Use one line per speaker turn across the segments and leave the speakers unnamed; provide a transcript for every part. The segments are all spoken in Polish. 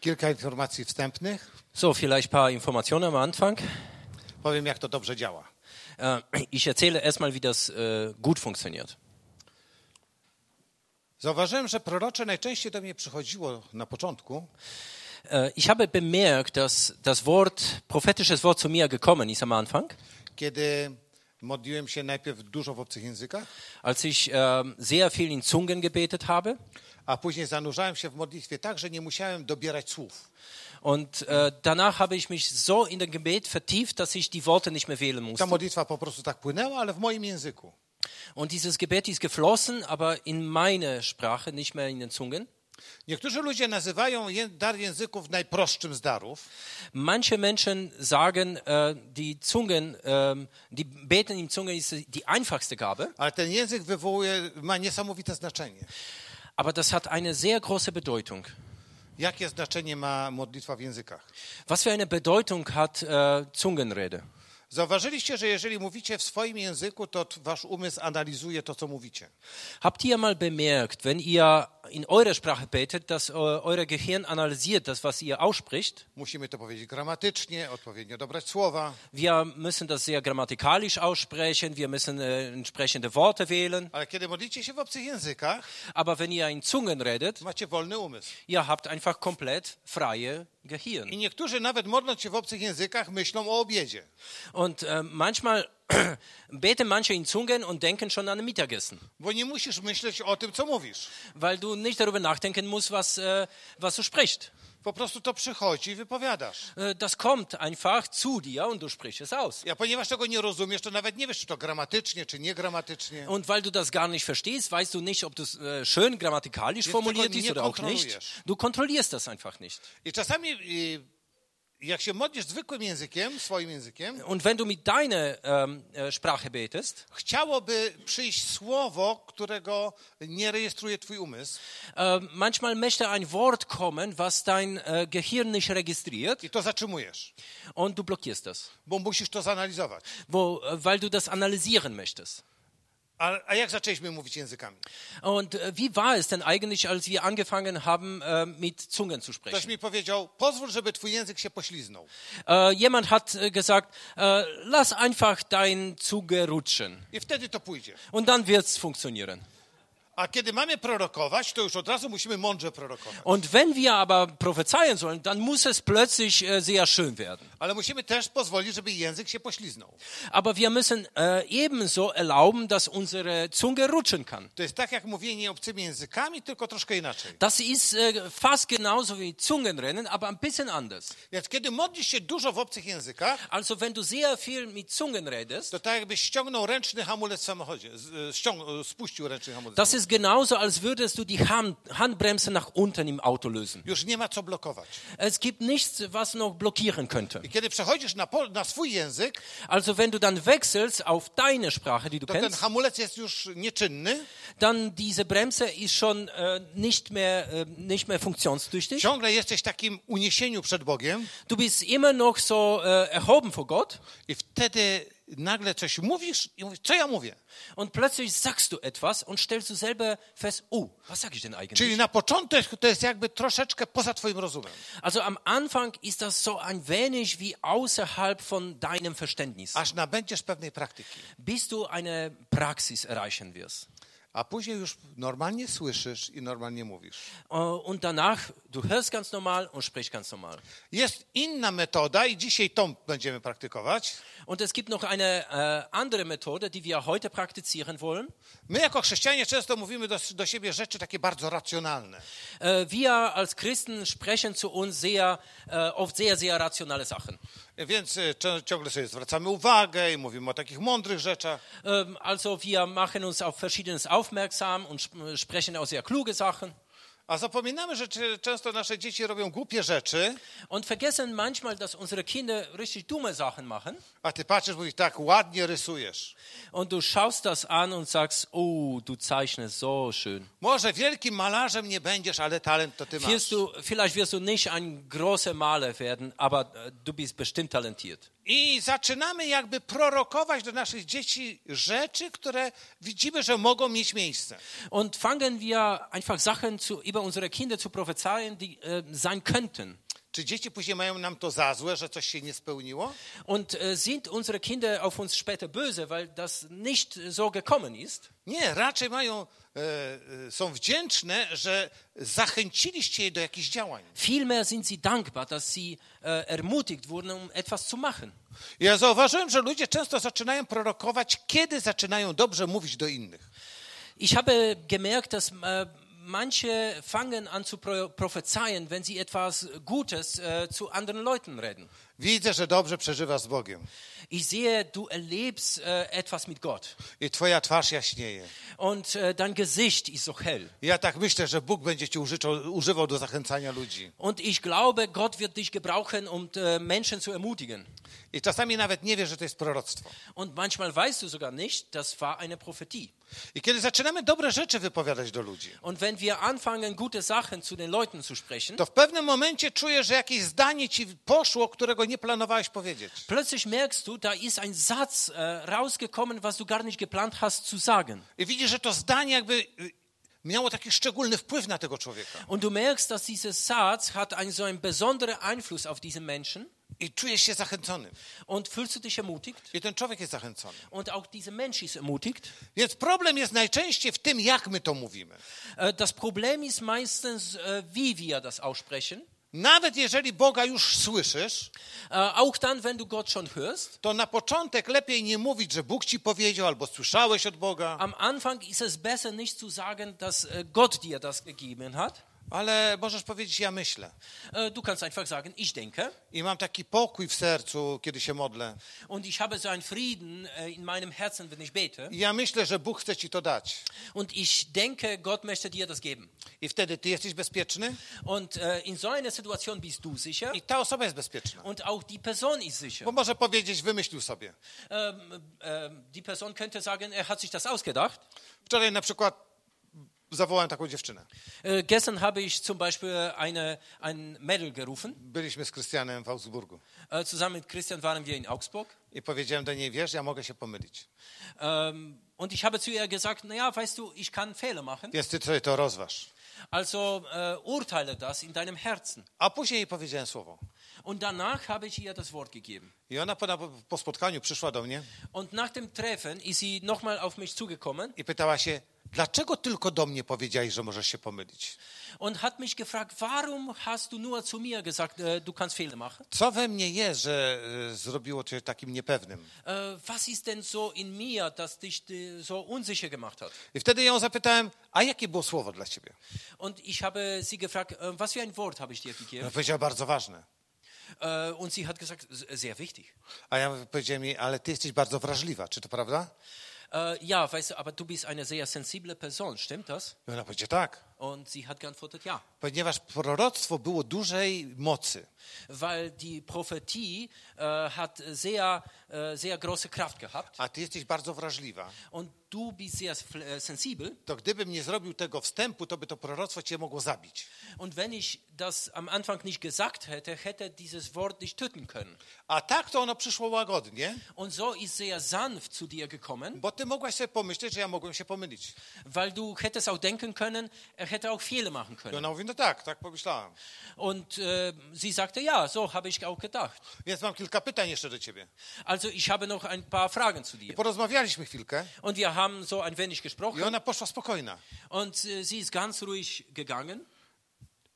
Kilka informacji wstępnych.
So, vielleicht ein paar Informationen am Anfang.
Powiem, jak to dobrze działa.
Äh, Ich erzähle erstmal, wie das äh, gut funktioniert.
Zauważyłem, że prorocze najczęściej do mnie przychodziło na początku,
Äh, Ich habe bemerkt, dass das Wort, prophetisches Wort zu mir gekommen ist am Anfang,
kiedy modliłem się najpierw dużo w obcych językach,
als ich ähm, sehr viel in Zungen gebetet habe.
a później zanurzałem się w modlitwie tak, że nie musiałem dobierać słów.
Und äh, danach habe ich mich so in das Gebet vertieft, dass ich die Worte nicht mehr wählen
Ta
musste.
modlitwa po prostu tak płynęła, ale w moim języku.
Und dieses Gebet ist geflossen, aber in meine Sprache, nicht mehr in den Zungen.
Niektórzy ludzie nazywają ję- dar języków najprostszym z darów,
Manche Menschen sagen, äh, die Zungen, ähm, die Beten im Zungen ist die einfachste Gabe,
ale ten język wywołuje, ma niesamowite znaczenie.
aber das hat eine sehr große Bedeutung.
Jakie znaczenie ma modlitwa w językach?
Was für eine Bedeutung hat äh, Zungenrede?
Zauważyliście, że jeżeli mówicie w swoim języku, to t- wasz umysł analizuje to, co mówicie.
Habt ihr mal bemerkt, wenn ihr in eurer Sprache betet, dass äh, euer Gehirn analysiert das, was ihr ausspricht?
Musimy to powiedzieć gramatycznie, odpowiednio dobrać słowa,
Wir müssen das sehr grammatikalisch aussprechen, wir müssen äh, entsprechende Worte wählen,
ale kiedy modlicie się w obcych językach,
aber wenn ihr in Zungen redet,
macie wolny umysł.
ihr habt einfach komplett freie Gehirn.
I niektórzy nawet modląc się w obcych językach myślą o obiedzie.
Und äh, manchmal beten manche in Zungen und denken schon an Mittagessen,
Bo nie musisz myśleć o tym, co mówisz.
weil du nicht darüber nachdenken musst, was, äh, was du sprichst.
Po prostu to przychodzi i wypowiadasz.
Äh, das kommt einfach zu dir und du sprichst es aus.
Ja ponieważ tego nie rozumiesz, to nawet nie wiesz, czy to gramatycznie, czy niegramatycznie.
Und weil du das gar nicht verstehst, weißt du nicht, ob du es äh, schön grammatikalisch
Jetzt
formuliert
davon
ist
nie
oder auch nicht.
kontrollierst.
Du kontrollierst das einfach nicht.
I czasami, y, jak się modlisz zwykłym językiem, swoim językiem,
Und wenn du mit deiner ähm, äh, Sprache betest,
chciałoby przyjść słowo, którego nie rejestruje twój umysł.
äh, manchmal möchte ein Wort kommen, was dein äh, Gehirn nicht registriert
I to zatrzymujesz,
und du blockierst das,
bo musisz to zanalizować.
wo, äh, weil du das analysieren möchtest.
A, a jak zaczęliśmy mówić językami?
Und äh, wie war es denn eigentlich, als wir angefangen haben, äh, mit Zungen zu
Ktoś
sprechen?
mi powiedział, pozwól, żeby twój język się pośliznął.
Äh, jemand hat äh, gesagt, äh, lass einfach dein Zuge rutschen
I wtedy to pójdzie.
und dann wird's funktionieren.
A kiedy mamy prorokować, to już od razu musimy mądrze prorokować.
Und wenn wir aber prophezeien sollen, dann muss es plötzlich äh, sehr schön werden.
Ale musimy też pozwolić, żeby język się pośliznął.
Aber wir müssen äh, ebenso erlauben, dass unsere Zunge rutschen kann.
To jest tak jak mówienie obcymi językami, tylko troszkę inaczej.
Das ist äh, fast genauso wie Zungenrennen, aber ein bisschen anders.
Więc kiedy modlisz się dużo w obcych językach,
Also wenn du sehr viel mit Zungen redest,
to tak jakbyś ściągnął ręczny hamulec w samochodzie. Z- Ściąg, spuścił ręczny hamulec.
Das ist genauso, als würdest du die Hand, Handbremse nach unten im Auto lösen.
Już nie ma co blokować.
Es gibt nichts, was noch blockieren könnte.
I kiedy przechodzisz na, pol, na swój język,
Also wenn du dann wechselst auf deine Sprache, die du
to ten
kennst,
hamulec jest już nieczynny,
dann diese Bremse ist schon äh, nicht mehr äh, nicht mehr funktionstüchtig.
ciągle jesteś w takim uniesieniu przed Bogiem
Du bist immer noch so äh, erhoben vor Gott
i wtedy nagle coś mówisz i mówisz, co ja mówię?
und plötzlich sagst du etwas und stellst du selber fest, oh, was sage ich denn
Czyli
eigentlich?
na początek to jest jakby troszeczkę poza twoim rozumem.
Also am Anfang ist das so ein wenig wie außerhalb von deinem Verständnis,
Aż nabędziesz pewnej praktyki.
bis du eine Praxis erreichen wirst.
A później już normalnie słyszysz i normalnie mówisz.
Äh, Und danach, du hörst ganz normal und sprichst ganz normal.
Jest inna metoda i dzisiaj tą będziemy praktykować.
Und es gibt noch eine äh, andere Methode, die wir heute praktizieren wollen.
My jako chrześcijanie często mówimy do, do siebie rzeczy takie bardzo racjonalne.
Äh, wir als Christen sprechen zu uns sehr, äh, oft sehr, sehr rationale Sachen.
Więc y, cio- ciągle sobie zwracamy uwagę i mówimy o takich mądrych rzeczach.
Ähm, also wir machen uns auf Verschiedenes aufmerksam und sp sprechen auch sehr kluge Sachen.
A zapominamy, że czy- często nasze dzieci robią głupie rzeczy,
Und vergessen manchmal, dass unsere Kinder richtig dumme Sachen machen.
a ty patrzysz, mówisz tak, ładnie rysujesz.
Und du schaust das an und sagst, oh, du zeichnest so schön.
Może wielkim malarzem nie będziesz, ale talent to ty masz.
Wirst du, vielleicht wirst du nicht ein großer Maler werden, aber äh, du bist bestimmt talentiert.
I zaczynamy jakby prorokować do naszych dzieci rzeczy, które widzimy, że mogą mieć miejsce.
Und fangen wir einfach Sachen zu, über unsere Kinder zu prophezeien, die äh, sein könnten.
Czy dzieci później mają nam to za złe, że coś się nie spełniło?
Und äh, sind unsere Kinder auf uns später böse, weil das nicht so gekommen ist?
Nie, raczej mają, e, e, są wdzięczne, że zachęciliście je do jakichś działań.
Vielmehr sind sie dankbar, dass sie äh, ermutigt wurden, um etwas zu machen.
Ja zauważyłem, że ludzie często zaczynają prorokować, kiedy zaczynają dobrze mówić do innych.
Ich habe gemerkt, dass äh, manche fangen an zu pro prophezeien, wenn sie etwas Gutes äh, zu anderen Leuten reden.
Widzę, że dobrze przeżywa z Bogiem.
Ich sehe, du erlebst äh, etwas mit Gott
I twoja twarz jaśnieje.
und äh, dein Gesicht ist so hell.
Ja tak myślę, że Bóg będzie cię użyczał, używał do zachęcania ludzi.
Und ich glaube, Gott wird dich gebrauchen, um äh, Menschen zu ermutigen.
I czasami nawet nie wie, że to jest proroctwo.
Und manchmal weißt du sogar nicht, das war eine Prophetie.
I kiedy zaczynamy dobre rzeczy wypowiadać do ludzi,
Und wenn wir anfangen, gute Sachen zu den Leuten zu sprechen,
to w pewnym momencie czujesz, że jakieś zdanie ci poszło, którego nie planowałeś powiedzieć.
plötzlich merkst du, da ist ein Satz äh, rausgekommen, was du gar nicht geplant hast zu sagen.
I widzisz, że to zdanie jakby y, miało taki szczególny wpływ na tego człowieka.
Und du merkst, dass dieser Satz hat einen, so einen besonderen Einfluss auf diesen Menschen
I czujesz się zachęcony.
und fühlst du dich ermutigt
I ten człowiek jest zachęcony.
und auch dieser Mensch ist ermutigt.
Więc problem jest najczęściej w tym, jak my to mówimy.
Äh, das Problem ist meistens, äh, wie wir das aussprechen.
Nawet jeżeli Boga już słyszysz,
Äh, auch dann, wenn du Gott schon hörst.
to na początek lepiej nie mówić, że Bóg ci powiedział albo słyszałeś od Boga,
Am Anfang ist es besser, nicht zu sagen, dass äh, Gott dir das gegeben hat.
ale możesz powiedzieć ja myślę.
Äh, Du kannst einfach sagen, ich denke.
I mam taki pokój w sercu, kiedy się modlę.
Und ich habe so einen Frieden äh, in meinem Herzen, wenn ich bete.
I ja myślę, że Bóg chce ci to dać.
Und ich denke, Gott möchte dir das geben.
I wtedy ty jesteś bezpieczny
Und äh, in so einer Situation bist du sicher.
i ta osoba jest bezpieczna.
Und auch die Person ist sicher.
Bo może powiedzieć, wymyślił sobie.
Ähm, ähm, die Person könnte sagen, er hat sich das ausgedacht.
Wczoraj na przykład zawołałem taką dziewczynę.
Äh, gestern habe ich zum Beispiel eine, ein Mädel gerufen.
Byliśmy z Krystianem w Augsburgu
Äh, zusammen mit Christian waren wir in Augsburg.
i powiedziałem do niej, wiesz, ja mogę się pomylić,
Ähm, und ich habe zu ihr gesagt, naja, weißt du, ich kann Fehler machen.
więc ty sobie to rozważ.
Also äh, urteile das in deinem Herzen.
A później jej powiedziałem słowo.
Und danach habe ich ihr das Wort gegeben.
I ona po, po spotkaniu przyszła do mnie
Und nach dem Treffen ist sie nochmal auf mich zugekommen
i pytała się, dlaczego tylko do mnie powiedziałeś, że możesz się pomylić?
und hat mich gefragt, warum hast du nur zu mir gesagt, äh, du kannst Fehler machen?
Co we mnie jest, że e, zrobiło cię takim niepewnym?
Äh, was ist denn so in mir, das dich äh, so unsicher gemacht hat?
I wtedy ją zapytałem, a jakie było słowo dla ciebie?
Und ich habe sie gefragt, äh, was für ein Wort habe ich dir
Ona
gegeben?
powiedziała, bardzo ważne.
Äh, und sie hat gesagt, "S- sehr wichtig.
A ja powiedziałem jej, ale ty jesteś bardzo wrażliwa, czy to prawda?
Äh, ja, weißt du, aber du bist eine sehr sensible Person, stimmt das?
I ona powiedziała, tak.
Und sie hat geantwortet, ja.
Ponieważ proroctwo było dużej mocy.
Weil die Prophetie äh, hat sehr, äh, sehr große Kraft gehabt
a ty jesteś bardzo wrażliwa,
und du bist sehr fl- äh, sensibel.
to gdybym nie zrobił tego wstępu, to by to proroctwo cię mogło zabić.
Und wenn ich das am Anfang nicht gesagt hätte, hätte dieses Wort dich töten können.
A tak to ono przyszło łagodnie,
Und so ist sehr sanft zu dir gekommen,
bo ty mogłaś sobie pomyśleć, że ja mogłem się pomylić.
weil du hättest auch denken können, er hätte auch Fehler machen
I
können.
ona mówi, no tak, tak pomyślałam.
Und äh, sie sagte, ja, so habe ich auch gedacht.
Więc mam kilka pytań jeszcze do ciebie.
Also ich habe noch ein paar Fragen zu dir.
Porozmawialiśmy chwilkę
Und wir haben so ein wenig
i
gesprochen
ona poszła spokojna.
und äh, sie ist ganz ruhig gegangen.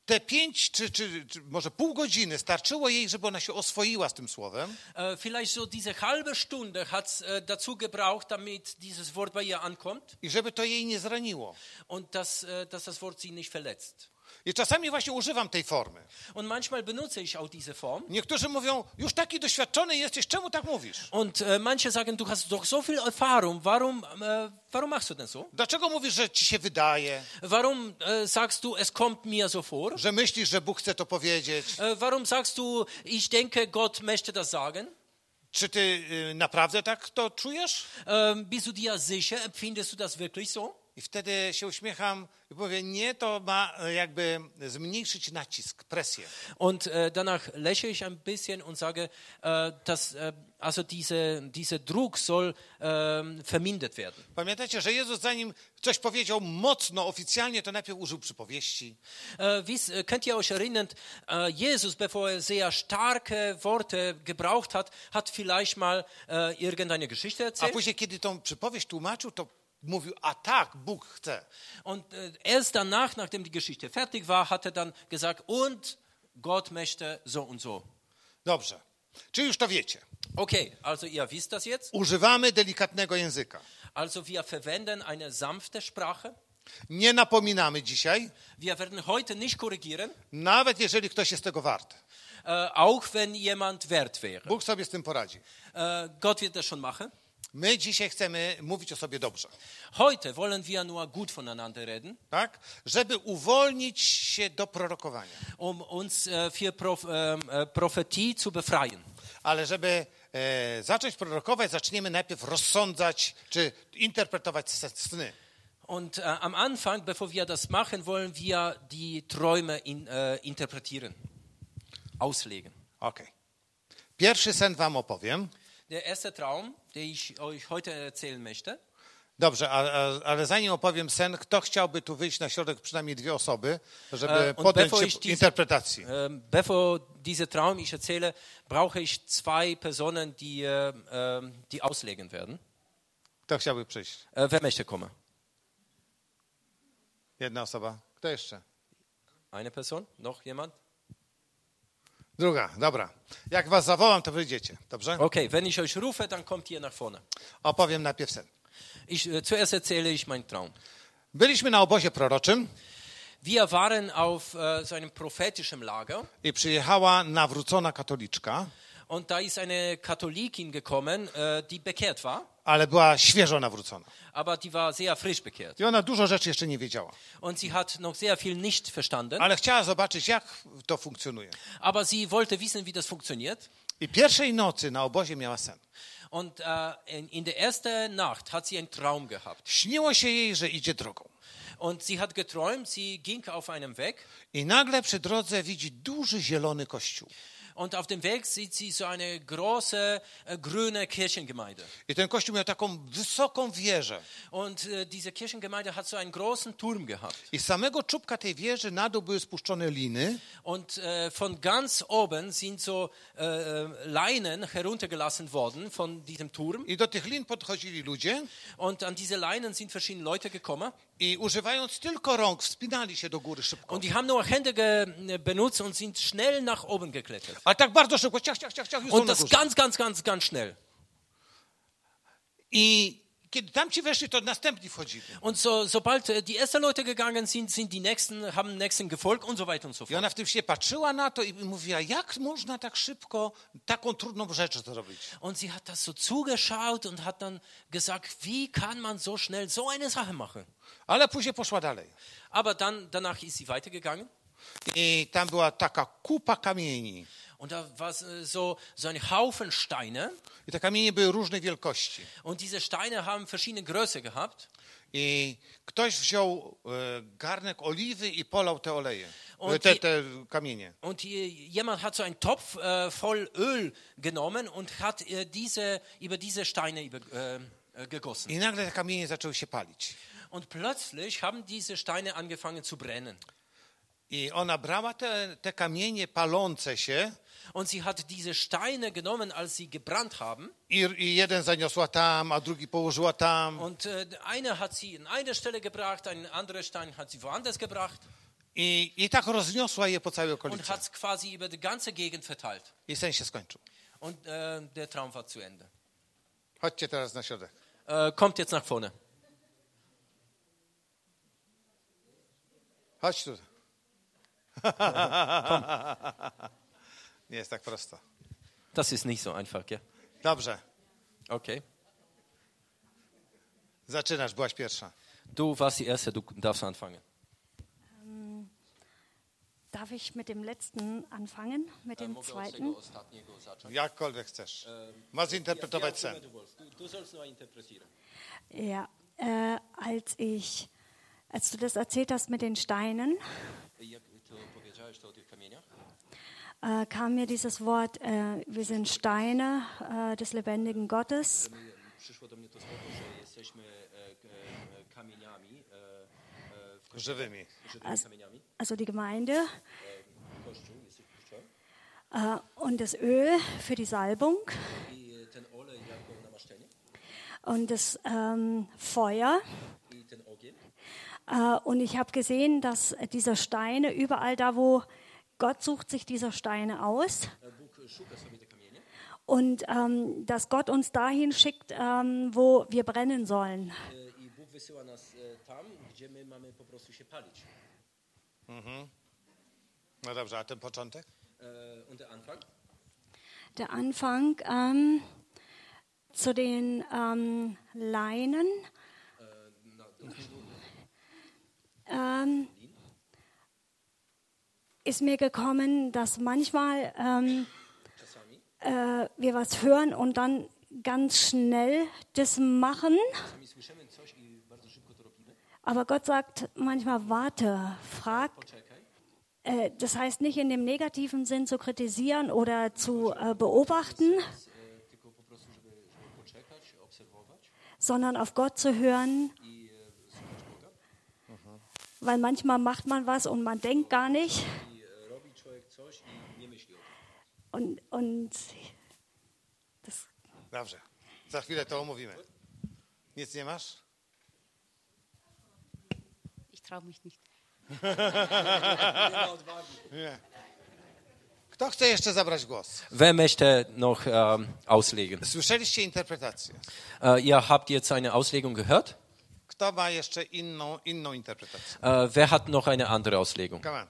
Te pięć czy, czy, czy może pół godziny starczyło jej, żeby ona się oswoiła z tym słowem
Äh, vielleicht so diese halbe Stunde hat es äh, dazu gebraucht, damit dieses Wort bei ihr ankommt
i żeby to jej nie zraniło.
und dass, äh, dass das Wort sie nicht verletzt.
I czasami właśnie używam tej formy.
Und manchmal benutze ich auch diese Form.
Niektórzy mówią, już taki doświadczony jesteś, czemu tak mówisz?
Und äh, manche sagen, du hast doch so viel Erfahrung, warum, äh, warum machst du denn so?
Dlaczego mówisz, że ci się wydaje?
Warum äh, sagst du, es kommt mir so vor?
że myślisz, że Bóg chce to powiedzieć?
Äh, warum sagst du, ich denke, Gott möchte das sagen?
Czy ty y, naprawdę tak to czujesz?
Ähm, bist du dir sicher, empfindest du das wirklich so?
I wtedy się uśmiecham i mówię, nie, to ma e, jakby zmniejszyć nacisk, presję.
Und äh, danach lächle ich ein bisschen und sage, äh, dass äh, also diese, dieser Druck soll ähm, vermindert werden.
Pamiętajcie, że Jezus zanim coś powiedział mocno, oficjalnie, to najpierw użył przypowieści,
Äh, wisst, äh, könnt ihr euch erinnern, äh, Jesus, bevor er sehr starke Worte gebraucht hat, hat vielleicht mal äh, irgendeine Geschichte
a
erzählt.
później, kiedy tą przypowieść tłumaczył, to mówił, a tak, Bóg chce.
Und äh, erst danach, nachdem die Geschichte fertig war, hat er dann gesagt, und Gott möchte so und so.
Dobrze, czyli już to wiecie.
Okay, also ihr wisst das jetzt.
Używamy delikatnego języka.
Also wir verwenden eine sanfte Sprache.
Nie napominamy dzisiaj,
Wir werden heute nicht korrigieren,
nawet jeżeli ktoś jest tego wart.
äh, auch wenn jemand wert wäre.
Bóg sobie z tym poradzi.
Äh, Gott wird das schon machen.
My dzisiaj chcemy mówić o sobie dobrze,
Heute wollen wir nur gut voneinander reden,
tak? Żeby uwolnić się do prorokowania,
um uns äh, für Prof, ähm, äh, Prophetie zu befreien.
ale żeby e, zacząć prorokować, zaczniemy najpierw rozsądzać czy interpretować se- sny.
Und äh, am Anfang, bevor wir das machen, wollen wir die Träume in, äh, interpretieren, auslegen.
Okej. Pierwszy sen wam opowiem.
Der erste Traum, den ich euch heute erzählen möchte,
Dobrze, a, a, ale zanim opowiem sen, kto chciałby tu wyjść na środek przynajmniej dwie osoby, żeby
E, on
podjąć
before
się
iść-
interpretacji.
ähm, bevor dieser Traum ich erzähle, brauche ich zwei Personen, die, äh, ähm, die auslegen werden.
Kto chciałby przyjść?
Äh, wer möchte kommen?
Jedna osoba. Kto jeszcze?
Eine Person? Noch jemand?
Druga, dobra. Jak was zawołam, to wyjdziecie, dobrze?
Okay, wenn ich euch rufe, dann kommt ihr nach vorne.
Opowiem najpierw sen.
Ich, äh, zuerst erzähle ich meinen Traum.
Byliśmy na obozie proroczym
Wir waren auf äh, so einem prophetischen Lager
i przyjechała nawrócona katoliczka,
und da ist eine Katholikin gekommen, äh, die bekehrt war,
ale była świeżo nawrócona.
aber die war sehr frisch bekehrt.
I ona dużo rzeczy jeszcze nie wiedziała,
Und sie hat noch sehr viel nicht verstanden,
ale chciała zobaczyć, jak to funkcjonuje.
aber sie wollte wissen, wie das funktioniert.
I pierwszej nocy na obozie miała sen.
Und äh, in, in der ersten Nacht hat sie einen Traum gehabt.
Śniło się jej, że idzie drogą.
Und sie hat geträumt, sie ging auf einem Weg
I nagle przy drodze widzi duży zielony kościół.
und auf dem Weg sieht sie so eine große äh, grüne Kirchengemeinde.
I ten kościół miał taką wysoką wieżę.
Und äh, diese Kirchengemeinde hat so einen großen Turm gehabt.
I z samego czubka tej wieży na dół były spuszczone liny,
Und äh, von ganz oben sind so äh, Leinen heruntergelassen worden von diesem Turm.
i do tych lin podchodzili ludzie
Und an diese Leinen sind verschiedene Leute gekommen.
i używając tylko rąk wspinali się do góry szybko.
Und die haben nur Hände ge äh, benutzt und sind schnell nach oben geklettert.
Ale tak bardzo szybko, ciach, ciach, ciach, ciach, już są
Und
na
das
górze.
ganz, ganz, ganz, ganz schnell.
I kiedy tam ci weszli, to następni wchodzili.
Und so, sobald äh, die ersten Leute gegangen sind, sind die nächsten, haben den nächsten gefolgt und so weiter und so
I
fort.
ona w tym śnie patrzyła na to i mówiła, jak można tak szybko taką trudną rzecz zrobić.
Und sie hat das so zugeschaut und hat dann gesagt, wie kann man so schnell so eine Sache machen?
Ale później poszła dalej.
Aber dann, danach ist sie weitergegangen
I tam była taka kupa kamieni.
und da war äh, so, so ein Haufen Steine
I te kamienie były różnej wielkości.
und diese Steine haben verschiedene Größe gehabt
I ktoś wziął e, garnek oliwy i polał te oleje,
On
e, te,
i-
te kamienie.
und die, jemand hat so einen Topf äh, voll Öl genommen und hat äh, diese, über diese Steine über, äh, äh, gegossen.
I nagle te kamienie zaczęły się palić.
Und plötzlich haben diese Steine angefangen zu brennen.
I ona brała te, te kamienie palące się
Und sie hat diese Steine genommen, als sie gebrannt haben.
i, i jeden zaniosła tam, a drugi położyła tam.
Und äh, eine hat sie in eine Stelle gebracht, einen anderen Stein hat sie woanders gebracht
I, I tak rozniosła je po całej
und
okolicy.
hat es quasi über die ganze Gegend verteilt.
I sen się skończył.
Und äh, der Traum war zu Ende.
Chodźcie teraz na środek.
Äh, kommt jetzt nach vorne.
Chodź tu. Nie jest tak prosto.
Das ist nicht so einfach, gell?
Dobrze,
Okay.
zaczynasz, byłaś pierwsza.
Du warst die Erste, du darfst anfangen.
Darf ich mit dem letzten anfangen, mit
Äh,
dem zweiten?
Jakkolwiek chcesz. Masz interpretować sen.
Du sollst nur interpretieren.
Ja, äh, als ich, als du das erzählt hast mit den Steinen,
Jak to powiedziałeś to o tych kamieniach?
äh, kam mir dieses Wort, äh, wir sind Steine äh, des lebendigen Gottes.
Przyszło do mnie to słowo, że jesteśmy e, k- e, kamieniami, e, e, w kościele,
żywymi.
żywymi kamieniami,
also die Gemeinde
e, kościół, jesteśmy kościołem.
äh, und das Öl für die Salbung
I e, ten olej jako namaszczenie,
und das ähm, Feuer.
i ten ogień.
Äh, und ich habe gesehen, dass diese Steine überall da, wo Gott sucht sich diese Steine aus
E, Bóg szuka sobie te kamienie
und ähm, dass Gott uns dahin schickt, ähm, wo wir brennen sollen.
e, i Bóg wysyła nas e, tam, gdzie my mamy po prostu się palić.
No dobrze, a ten początek?
E, Und der Anfang?
Der Anfang ähm, zu den ähm, Leinen.
E, Na,
ähm, ist mir gekommen, dass manchmal ähm,
czasami,
äh, wir was hören und dann ganz schnell das machen.
czasami słyszymy coś i bardzo szybko to robimy.
Aber Gott sagt manchmal, warte, frag.
Poczekaj.
Äh, das heißt nicht in dem negativen Sinn zu kritisieren oder zu äh, beobachten,
Więc, e, tylko po prostu, żeby, żeby poczekać, obserwować
sondern auf Gott zu hören,
i e, słuchać Boga.
weil manchmal macht man was und man denkt gar nicht.
I e, robi człowiek coś i nie myśli o tym.
Und, und das
Dobrze. Za chwilę to omówimy. Nic nie masz?
Ich traue mich nicht.
Nie ma odwagi.
Nie. Kto chce jeszcze zabrać głos?
Wer möchte noch ähm, auslegen?
Słyszeliście interpretację.
Äh, ihr habt jetzt eine Auslegung gehört.
Kto ma jeszcze inną, inną interpretację?
Äh, wer hat noch eine andere Auslegung?
Come on.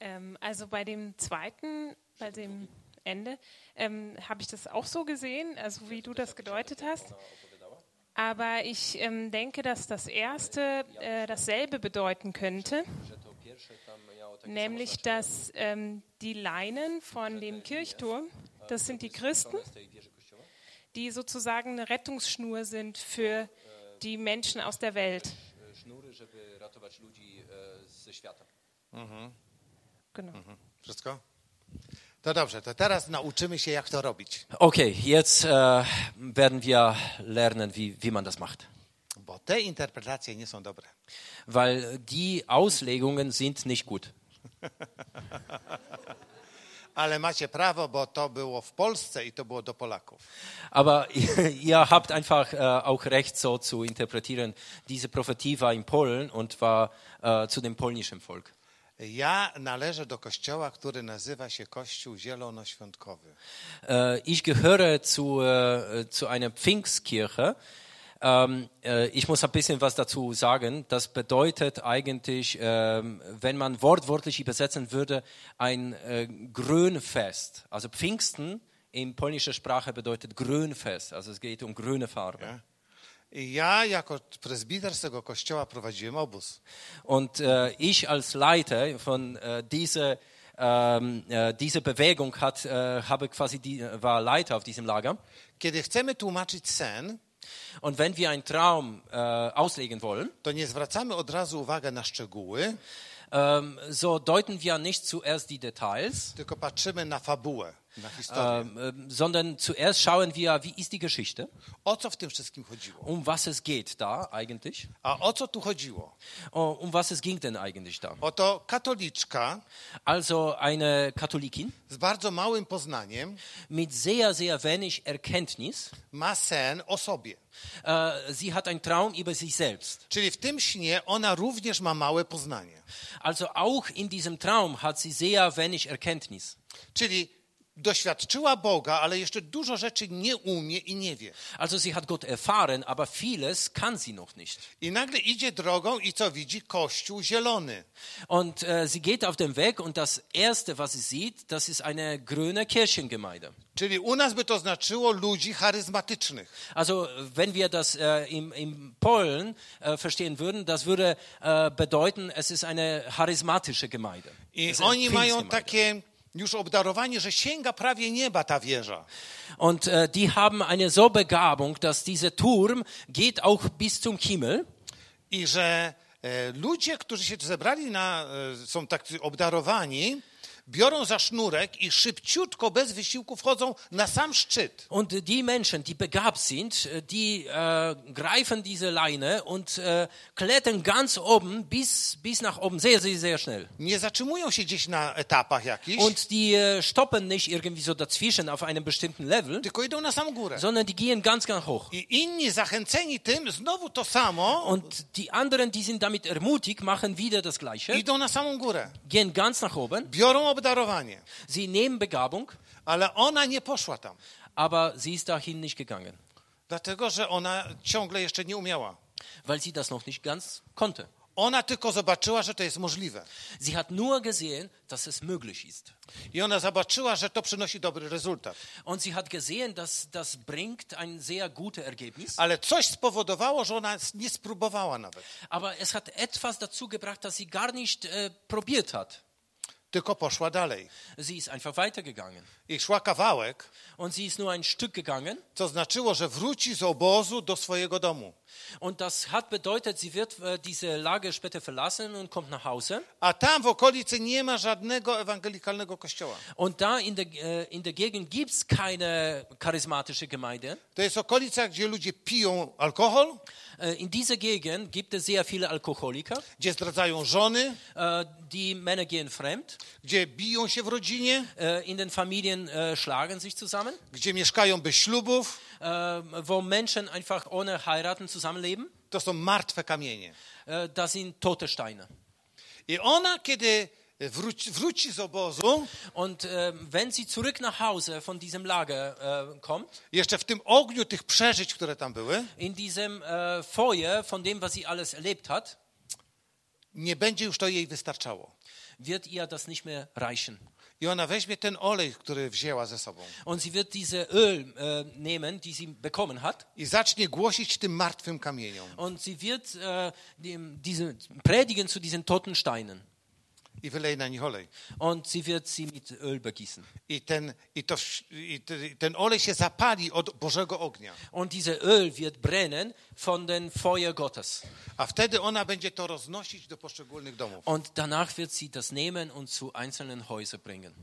Ähm, also bei dem zweiten, bei dem Ende, ähm, habe ich das auch so gesehen, also wie du das gedeutet hast. Aber ich ähm, denke, dass das erste äh, dasselbe bedeuten könnte, nämlich dass ähm, die Leinen von dem Kirchturm, das sind die Christen, die sozusagen eine Rettungsschnur sind für die Menschen aus der Welt.
Äh, Schnury, żeby ratować ludzi e, ze świata.
Genau.
Wszystko? To dobrze, to teraz nauczymy się, jak to robić.
Okay, jetzt äh, werden wir lernen, wie, wie man das macht.
Bo te interpretacje nie są dobre.
Weil die Auslegungen sind nicht gut.
Ale macie prawo, bo to było w Polsce i to było do Polaków.
Aber ihr habt einfach äh, auch recht, so zu interpretieren. Diese Prophetie war in Polen und war äh, zu dem polnischen Volk.
Ja należę do kościoła, który nazywa się Kościół Zielonoświątkowy.
Äh, ich gehöre zu, äh, zu einer Pfingstkirche. Ähm, äh, ich muss ein bisschen was dazu sagen. Das bedeutet eigentlich, ähm, wenn man wortwörtlich übersetzen würde, ein äh, Grünfest. Also Pfingsten in polnischer Sprache bedeutet Grünfest. Also es geht um grüne Farbe.
I ja jako prezbiter z tego kościoła prowadziłem obóz.
Und äh, ich als Leiter von äh, dieser ähm, äh, diese Bewegung hat, äh, habe quasi die, war Leiter auf diesem Lager.
Kiedy chcemy tłumaczyć sen,
Und wenn wir einen Traum äh, auslegen wollen,
to nie zwracamy od razu uwagi na szczegóły,
ähm, so deuten wir nicht zuerst die Details,
tylko patrzymy na fabułę, na historię.
ähm, ähm, sondern zuerst schauen wir, wie ist die Geschichte,
O co w tym wszystkim chodziło?
um was es geht da eigentlich,
A o co tu chodziło?
Oh, um was es ging denn eigentlich da.
Oto katoliczka
Also eine Katholikin
z bardzo małym poznaniem
mit sehr, sehr wenig Erkenntnis,
ma sen o sobie.
äh, sie hat einen Traum über sich selbst.
Czyli w tym śnie ona również ma małe poznanie.
Also auch in diesem Traum hat sie sehr wenig Erkenntnis.
Czyli doświadczyła Boga, ale jeszcze dużo rzeczy nie umie i nie wie.
Also sie hat Gott erfahren, aber vieles kann sie noch nicht.
I nagle idzie drogą i co widzi? Kościół zielony.
Und äh, sie geht auf den Weg und das Erste, was sie sieht, das ist eine grüne Kirchengemeinde.
Czyli u nas by to znaczyło ludzi charyzmatycznych.
Also wenn wir das äh, im, im Polen äh, verstehen würden, das würde äh, bedeuten, es ist eine charismatische Gemeinde.
I
Es ist eine
oni mają
Pfingstgemeinde.
takie już obdarowani, że sięga prawie nieba ta wieża.
Und äh, die haben eine so Begabung, dass dieser Turm geht auch bis zum Himmel.
I że e, ludzie, którzy się tu zebrali, na, e, są tak obdarowani, biorą za sznurek i szybciutko, bez wysiłku wchodzą na sam szczyt.
Und die Menschen, die begabt sind, äh, die äh, greifen diese Leine und äh, klettern ganz oben bis, bis nach oben, sehr, sehr, sehr schnell.
Nie zatrzymują się gdzieś na etapach jakichś,
Und die äh, stoppen nicht irgendwie so dazwischen auf einem bestimmten Level,
tylko idą na samą górę.
sondern die gehen ganz, ganz hoch.
I inni zachęceni tym, znowu to samo,
Und die anderen, die sind damit ermutigt, machen wieder das Gleiche,
idą na samą górę.
gehen ganz nach oben.
Biorą obdarowanie,
Sie nehmen Begabung,
ale ona nie poszła tam,
aber sie ist dahin nicht gegangen,
dlatego że ona ciągle jeszcze nie umiała.
weil sie das noch nicht ganz konnte.
Ona tylko zobaczyła, że to jest możliwe.
Sie hat nur gesehen, dass es möglich ist.
I ona zobaczyła, że to przynosi dobry rezultat.
Und sie hat gesehen, dass das bringt ein sehr gutes Ergebnis.
Ale coś spowodowało, że ona nie spróbowała nawet,
Aber es hat etwas dazu gebracht, dass sie gar nicht äh, probiert hat.
tylko poszła dalej.
Sie ist einfach weitergegangen.
I szła kawałek,
Und sie ist nur ein Stück gegangen.
co znaczyło, że wróci z obozu do swojego domu.
Und das hat bedeutet, sie wird äh, diese Lage später verlassen und kommt nach Hause.
A tam w okolicy nie ma żadnego ewangelikalnego kościoła.
Und da in der, äh, in der Gegend gibt es keine charismatische Gemeinde.
To jest okolica, gdzie ludzie piją alkohol,
Äh, in dieser Gegend gibt es sehr viele Alkoholiker.
gdzie zdradzają żony,
Äh, die Männer gehen fremd.
gdzie biją się w rodzinie,
Äh, in den Familien äh, schlagen sich zusammen.
gdzie mieszkają bez ślubów.
äh, wo Menschen einfach ohne heiraten zusammenleben,
To są martwe kamienie.
äh, das sind tote Steine.
I ona, kiedy wróci, wróci z obozu,
Und äh, wenn sie zurück nach Hause von diesem Lager äh, kommt,
jeszcze w tym ogniu tych przeżyć, które tam były,
in diesem äh, Feuer von dem, was sie alles erlebt hat,
nie będzie już to jej wystarczało.
wird ihr das nicht mehr reichen.
I ona weźmie ten olej, który wzięła ze sobą
Und sie wird diese Öl äh, nehmen, die sie bekommen hat,
i zacznie głosić tym martwym kamieniom
und sie wird äh, dem, diese, predigen zu diesen toten Steinen.
i wyleje na nich olej.
Und sie wird sie mit Öl begießen.
I ten, i to, wsz- i te- i ten olej się zapali od Bożego ognia.
Und dieses Öl wird brennen von dem Feuer Gottes.
A wtedy ona będzie to roznosić do poszczególnych domów.
Und danach wird sie das nehmen und zu einzelnen Häusern bringen.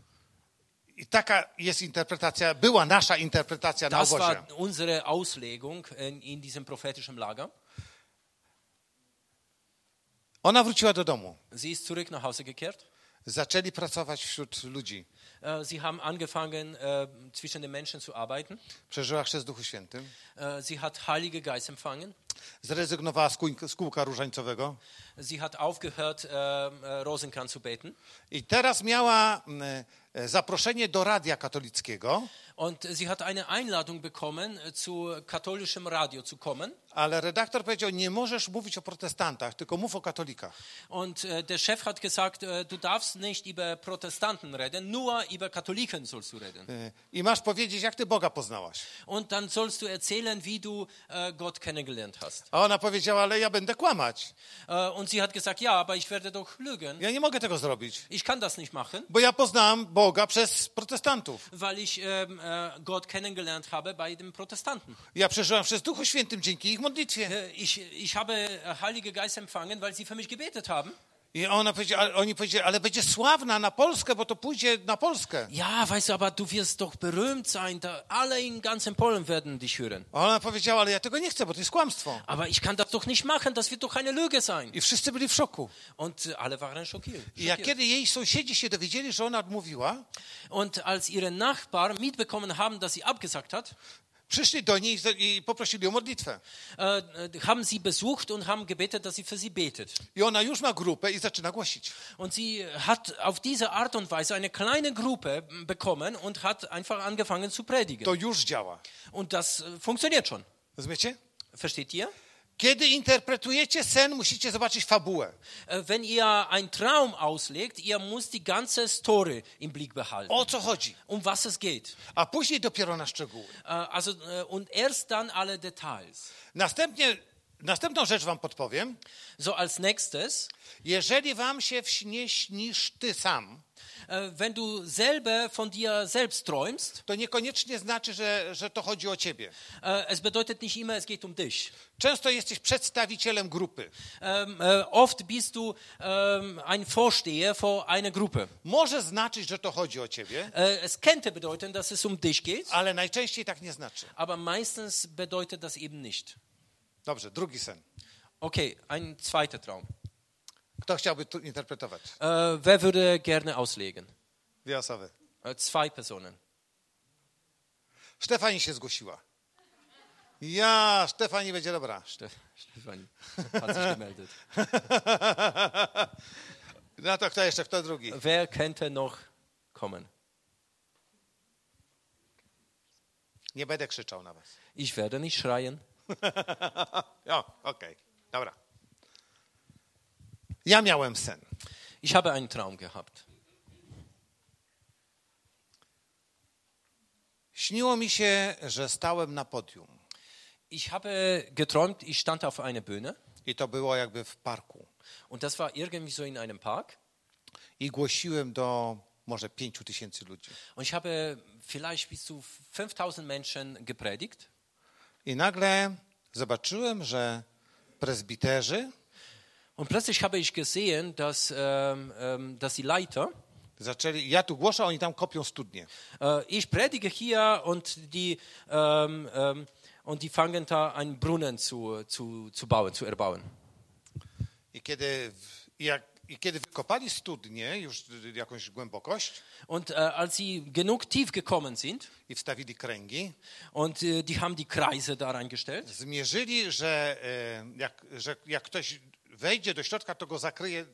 I taka jest interpretacja, była nasza interpretacja na
Das
obozie.
war unsere Auslegung in, in diesem prophetischen Lager.
Ona wróciła do domu.
Sie ist zurück nach Hause gekehrt.
Zaczęli pracować wśród ludzi.
Äh, Sie haben angefangen, äh, zwischen den Menschen zu arbeiten.
Przeżyła chrzest w Duchu Świętym.
Äh, Sie hat Heilige Geist empfangen.
Zrezygnowała z kół- z kółka różańcowego.
Sie hat aufgehört, äh, äh, Rosenkranz zu beten.
I teraz miała mm, e, zaproszenie do radia katolickiego,
Und sie hat eine Einladung bekommen, äh, zu katholischem Radio zu kommen.
ale redaktor powiedział, nie możesz mówić o protestantach, tylko mów o katolikach.
Und äh, der Chef hat gesagt, äh, du darfst nicht über Protestanten reden, nur über Katholiken sollst du reden.
E, I masz powiedzieć, jak ty Boga poznałaś.
Und dann sollst du erzählen, wie du äh, Gott kennengelernt hast.
A ona powiedziała, ale ja będę kłamać.
Äh, und sie hat gesagt, ja, aber ich werde doch lügen.
Ja nie mogę tego zrobić,
Ich kann das nicht machen,
bo ja poznałam Boga przez protestantów.
weil ich ähm, äh, Gott kennengelernt habe bei den Protestanten.
Ja przeżyłam przez Duchu Świętym dzięki ich modlitwie.
Äh, ich, ich habe äh, Heilige Geist empfangen, weil sie für mich gebetet haben.
I ona powiedziała, ale- oni powiedzieli, ale będzie sławna na Polskę, bo to pójdzie na Polskę.
Ja, weißt du, aber du wirst doch berühmt sein. Da alle in ganzen Polen werden dich hören.
A ona powiedziała, ale ja tego nie chcę, bo to jest kłamstwo.
Aber ich kann das doch nicht machen, das wird doch eine Lüge sein.
I wszyscy byli w szoku.
Und äh, alle waren schockiert.
I jak
schockiert.
kiedy jej sąsiedzi się dowiedzieli, że ona odmówiła,
Und als ihre Nachbarn mitbekommen haben, dass sie abgesagt hat,
przyszli do niej i za- i poprosili o modlitwę.
äh, äh, haben sie besucht und haben gebetet, dass sie für sie betet.
I ona już ma grupę i zaczyna głosić.
Und sie hat auf diese Art und Weise eine kleine Gruppe m, bekommen und hat einfach angefangen zu
To
predigen.
już działa.
Und das äh, funktioniert schon.
Rozumiecie?
Versteht ihr?
Kiedy interpretujecie sen, musicie zobaczyć fabułę.
Äh, Wenn ihr einen Traum auslegt, ihr müsst die ganze Story im Blick behalten,
O co chodzi?
um was es geht.
A później dopiero na szczegóły.
Äh, Also, äh, und erst dann alle Details.
Następnie, następną rzecz wam podpowiem.
So, als nächstes,
Jeżeli wam się w śnie śnisz ty sam,
äh, wenn du selber von dir selbst träumst,
to niekoniecznie znaczy, że, że to chodzi o ciebie.
äh, es bedeutet nicht immer, es geht um dich.
Często jesteś przedstawicielem grupy.
Ähm, äh, oft bist du ähm, ein Vorsteher vor einer Gruppe.
Może znaczyć, że to chodzi o ciebie,
Äh, es könnte bedeuten, dass es um dich geht,
ale najczęściej tak nie znaczy.
aber meistens bedeutet das eben nicht.
Dobrze, drugi sen.
Okay, ein zweiter Traum.
Kto chciałby tu interpretować?
Äh, wer würde gerne auslegen?
Dwie osoby.
Äh, zwei Personen.
Stefani się zgłosiła. Ja, Stefani będzie dobra.
Steff- Stefan hat sich gemeldet.
No to kto jeszcze, kto drugi?
Wer könnte noch kommen?
Nie będę krzyczał na was.
Ich werde nicht schreien.
O, okej, dobra. Ja miałem sen.
Ich habe einen Traum gehabt.
Śniło mi się, że stałem na podium.
Ich habe geträumt, ich stand auf einer Bühne
I to było jakby w parku.
und das war irgendwie so in einem Park
I głosiłem do może pięciu tysięcy ludzi.
und ich habe vielleicht bis zu 5000 Menschen gepredigt
I nagle zobaczyłem, że prezbiterzy
und plötzlich habe ich gesehen, dass, ähm, ähm, dass die Leiter,
zaczęli. Ja tu głoszę, oni tam kopią studnie.
äh, ich predige hier und die, ähm, ähm, und die fangen da einen Brunnen zu, zu, zu bauen, zu erbauen.
I kiedy, w- i jak, i kiedy wykopali studnie, już y, jakąś głębokość,
Und äh, als sie genug tief gekommen sind
i wstawili kręgi,
und äh, die haben die Kreise da reingestellt,
zmierzyli, że, y, jak, że jak ktoś wejdzie do środka, to go zakryje,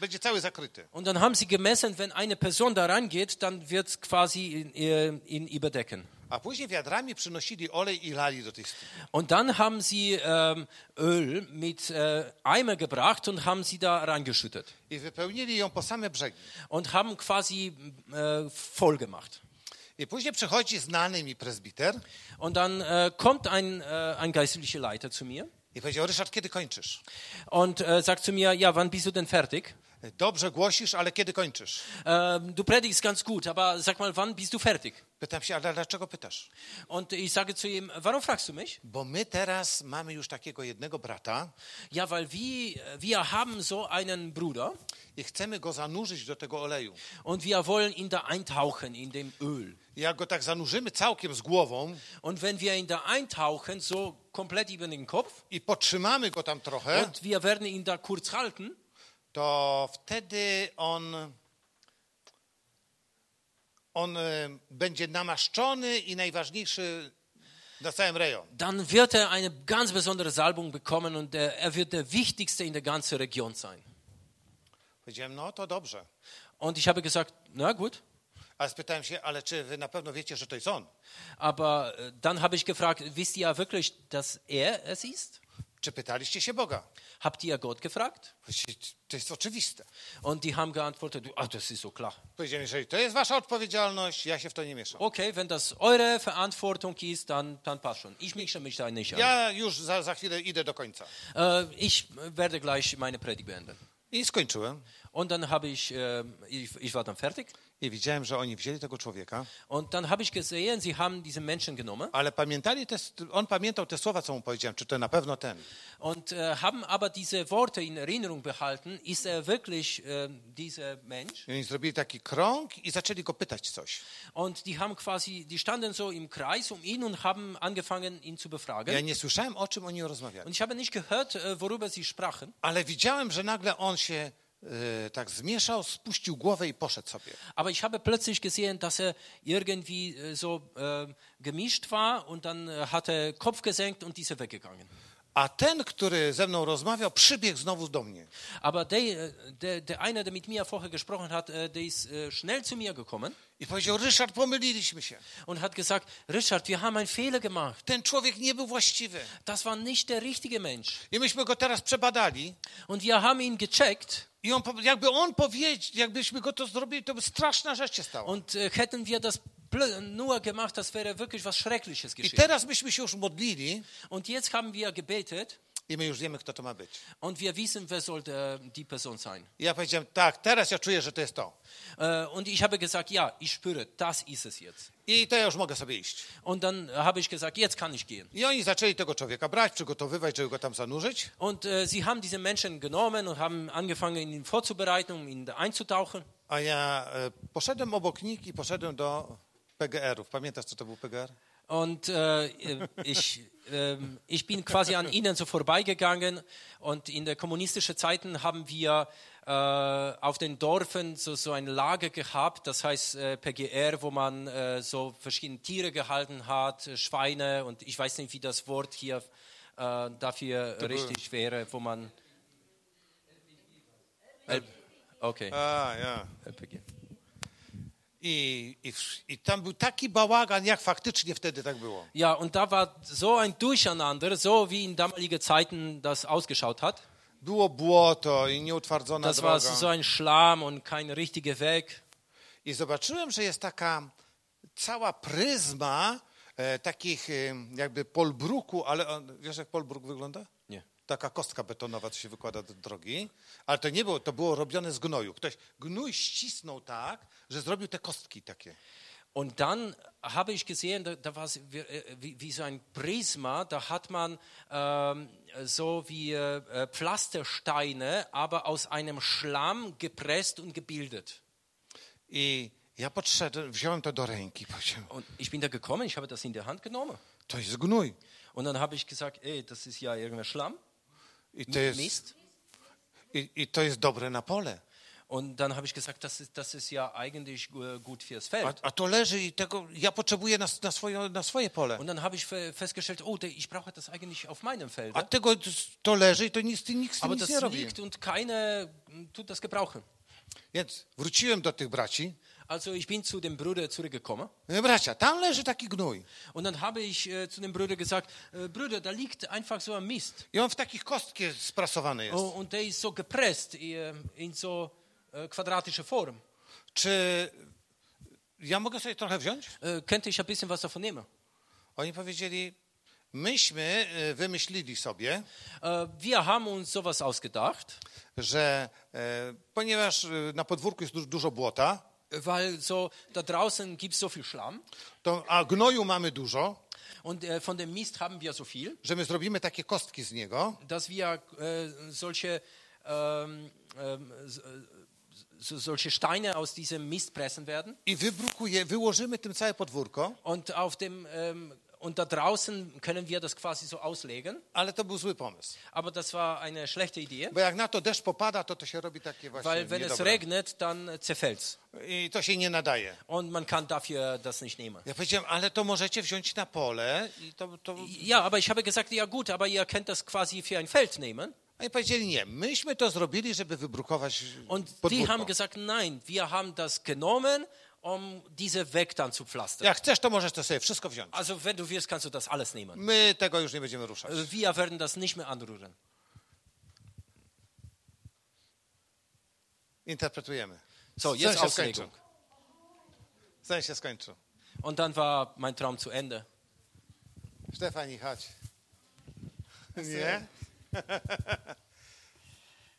będzie cały zakryty.
Und dann haben sie gemessen, wenn eine Person da rangeht, dann wird es quasi ihn, äh, ihn überdecken.
A później wiadrami przynosili olej i lali do tych studni.
Und dann haben sie ähm, Öl mit äh, Eimer gebracht und haben sie da reingeschüttet
I wypełnili ją po same brzegi.
und haben quasi äh, voll gemacht.
I później przychodzi znany mi prezbiter
Und dann äh, kommt ein, äh, ein geistlicher Leiter zu mir
i powiedział, Ryszard, kiedy kończysz?
und äh, sagt zu mir, ja, wann bist du denn fertig?
E, Dobrze głosisz, ale kiedy kończysz?
Ähm, du predigst ganz gut, aber sag mal, wann bist du fertig?
Pytam się, ale dlaczego pytasz?
Und ich sage zu ihm, warum fragst du mich?
Bo my teraz mamy już takiego jednego brata,
Ja, weil wir, wir haben so einen Bruder,
i chcemy go zanurzyć do tego oleju.
Und wir wollen ihn da eintauchen in dem Öl.
I Jak go tak zanurzymy całkiem z głową
Und wenn wir ihn da eintauchen, so komplett über den Kopf,
i potrzymamy go tam trochę,
und wir werden ihn da kurz halten,
to wtedy on, on e, będzie namaszczony i najważniejszy na całym rejon.
dann wird er eine ganz besondere Salbung bekommen und er, er wird der Wichtigste in der ganzen Region sein.
Powiedziałem, no to dobrze.
Und ich habe gesagt, na gut.
Ale spytałem się, ale czy wy na pewno wiecie, że to jest on?
Aber äh, dann habe ich gefragt, wisst ihr wirklich, dass er es ist?
Czy pytaliście się Boga?
Habt ihr Gott gefragt?
Powiedzieli, To jest oczywiste.
Und die haben geantwortet, ah, das ist so klar.
Powiedziałem, jeżeli to jest wasza odpowiedzialność, ja się w to nie mieszam.
Okay, wenn das eure Verantwortung ist, dann, dann passt schon. Ich mische mich da nicht an.
Ja już za, za chwilę idę do końca.
Äh, ich werde gleich meine Predigt beenden.
I skończyłem.
Und dann habe ich, äh, ich, ich war dann fertig.
I widziałem, że oni wzięli tego człowieka,
Und dann habe ich gesehen, sie haben diesen Menschen genommen
ale pamiętali te, on pamiętał te słowa, co mu powiedziałem, czy to na pewno ten.
und äh, haben aber diese Worte in Erinnerung behalten. Ist er wirklich äh, dieser Mensch?
I oni zrobili taki krąg i zaczęli go pytać coś.
Und die haben quasi, die standen so im Kreis um ihn und haben angefangen, ihn zu
Ja
befragen.
nie słyszałem, o czym oni
Und
rozmawiali,
ich habe nicht gehört, äh, worüber sie sprachen,
ale widziałem, że nagle on się e, tak zmieszał, spuścił głowę i poszedł sobie.
aber ich habe plötzlich gesehen, dass er irgendwie äh, so äh, gemischt war und dann äh, hat er Kopf gesenkt und diese weggegangen.
A ten, który ze mną rozmawiał, przybiegł znowu do mnie.
Aber der, äh, der, der eine, der mit mir vorher gesprochen hat, äh, der ist äh, schnell zu mir gekommen
I powiedział, Ryszard, pomyliliśmy się.
und hat gesagt, Richard, wir haben einen Fehler gemacht.
Ten człowiek nie był właściwy.
Das war nicht der richtige Mensch.
I myśmy go teraz przebadali.
Und wir haben ihn gecheckt
I on, po- jakby on powiedział, jakbyśmy go to zrobili, to by straszna rzecz się stała.
und äh, hätten wir das blö- nur gemacht, das wäre wirklich was Schreckliches
I
geschehen.
teraz myśmy się już modlili,
Und jetzt haben wir gebetet
i my już wiemy, kto to ma być.
Und wir wissen, wer soll der, die Person sein.
I ja powiedziałem, tak, teraz ja czuję, że to jest to.
Äh, und ich habe gesagt, ja, ich spüre, das ist es jetzt.
I to ja już mogę sobie iść.
Und dann habe ich gesagt, jetzt kann ich gehen.
I oni zaczęli tego człowieka brać, przygotowywać, żeby go tam zanurzyć.
Und äh, sie haben diese Menschen genommen und haben angefangen, ihn vorzubereiten, um ihn einzutauchen.
A ja e, poszedłem obok nich i poszedłem do PGR-ów. Pamiętasz, co to był PGR?
Und äh, äh, ich, ähm, ich bin quasi an ihnen so vorbeigegangen. Und in der kommunistischen Zeiten haben wir äh, auf den Dörfern so, so ein Lager gehabt, das heißt äh, PGR, wo man äh, so verschiedene Tiere gehalten hat, äh, Schweine und ich weiß nicht, wie das Wort hier äh, dafür richtig wäre, wo man. Äh, okay, Äh,
A, ja.
LPG.
I, i, w- I tam był taki bałagan, jak faktycznie wtedy tak było.
Ja, und da war so ein Durcheinander, so wie in damaligen Zeiten das ausgeschaut hat.
Było błoto i nieutwardzona
Das war
droga.
so ein Schlamm und kein richtiger Weg.
I zobaczyłem, że jest taka cała pryzma e, takich e, jakby polbruku, ale on, wiesz jak polbruk wygląda?
Nie.
Taka kostka betonowa, co się wykłada do drogi, ale to nie było, to było robione z gnoju. Ktoś gnój ścisnął tak, że zrobił te kostki takie.
Und dann habe ich gesehen, da, da war es wie, äh, wie, wie so ein Prisma, da hat man ähm, so wie äh, Pflastersteine, aber aus einem Schlamm gepresst und gebildet.
I ja podszedłem, wziąłem to do ręki, powiedziałem,
Und ich bin da gekommen, ich habe das in der Hand genommen.
to jest gnój.
Und dann habe ich gesagt, ey, das ist ja irgendein Schlamm,
I to jest,
Mist.
i, i to jest dobre na pole.
Und dann habe ich gesagt, das ist, das ist ja eigentlich äh, gut fürs
A,
Feld.
a to leży i tego, ja potrzebuję na, na, swoje, na swoje pole.
Und dann habe ich fe- festgestellt, oh, der- ich brauche das eigentlich auf meinem Feld.
A tego to leży i to nic, nikt z tym
Aber
nic
das
nie robi.
liegt und keiner mm, tut das gebrauchen.
Więc wróciłem do tych braci.
Also ich bin zu dem Bruder zurückgekommen
Mówię, Bracia, tam leży taki gnój.
und dann habe ich äh, zu dem Bruder gesagt, äh, Bruder, da liegt einfach so ein Mist
I on w takich kostki sprasowany jest.
oh, und der ist so gepresst äh, in so äh, quadratische Form.
Czy ja mogę sobie trochę wziąć?
Äh, könnte ich ein bisschen was davon nehmen?
Oni powiedzieli, myśmy e, wymyślili sobie,
Äh, wir haben uns sowas ausgedacht,
że e, ponieważ e, na podwórku jest du- dużo błota,
weil so da draußen gibt es so viel Schlamm
to, a gnoju mamy dużo,
und äh, von dem Mist haben wir so viel,
że my zrobimy takie kostki z niego
dass wir äh, solche, ähm, ähm, so, so, solche Steine aus diesem Mist pressen werden.
i wybrukuje, wyłożymy tym całe podwórko,
Und auf dem ähm, und da draußen können wir das quasi so auslegen,
ale to był zły pomysł.
aber das war eine schlechte Idee,
Bo jak na to deszcz popada, to to się robi takie właśnie
weil wenn es
niedobre.
regnet, dann äh, zerfällt's
I to się nie nadaje.
und man kann dafür das nicht nehmen.
Ja powiedziałem, ale to możecie wziąć na pole i to... to...
Ja, aber ich habe gesagt, ja gut, aber ihr könnt das quasi für ein Feld nehmen.
A i powiedzieli, nie, myśmy to zrobili, żeby wybrukować
Und die
podwórko.
haben gesagt, nein, wir haben das genommen, um diese weg dann zu pflastern.
Jak chcesz, to możesz to sobie wszystko wziąć.
Also wenn du willst, kannst du das alles nehmen.
My tego już nie będziemy ruszać.
Also Wir werden das nicht mehr anrühren.
Interpretujemy.
So,
Sen
jetzt
się skończył.
Auslegung.
Sen się skończył.
Und dann war mein Traum zu Ende.
Stefani, chodź. Nie?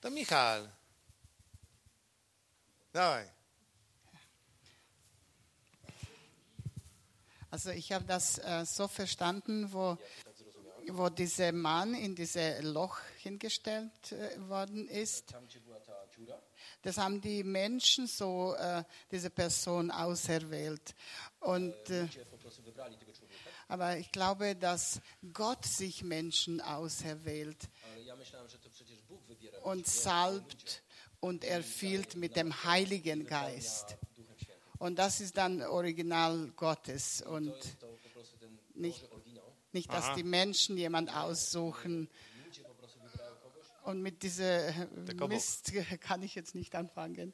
To Michal. Dawaj.
Also ich habe das äh, so verstanden, wo, wo dieser Mann in dieses Loch hingestellt äh, worden ist. Das haben die Menschen so, äh, diese Person auserwählt. Und, äh, aber ich glaube, dass Gott sich Menschen auserwählt und salbt und erfüllt mit dem Heiligen Geist. Und das ist dann Original Gottes und nicht, nicht dass die Menschen jemand aussuchen. Und mit dieser Mist kann ich jetzt nicht anfangen.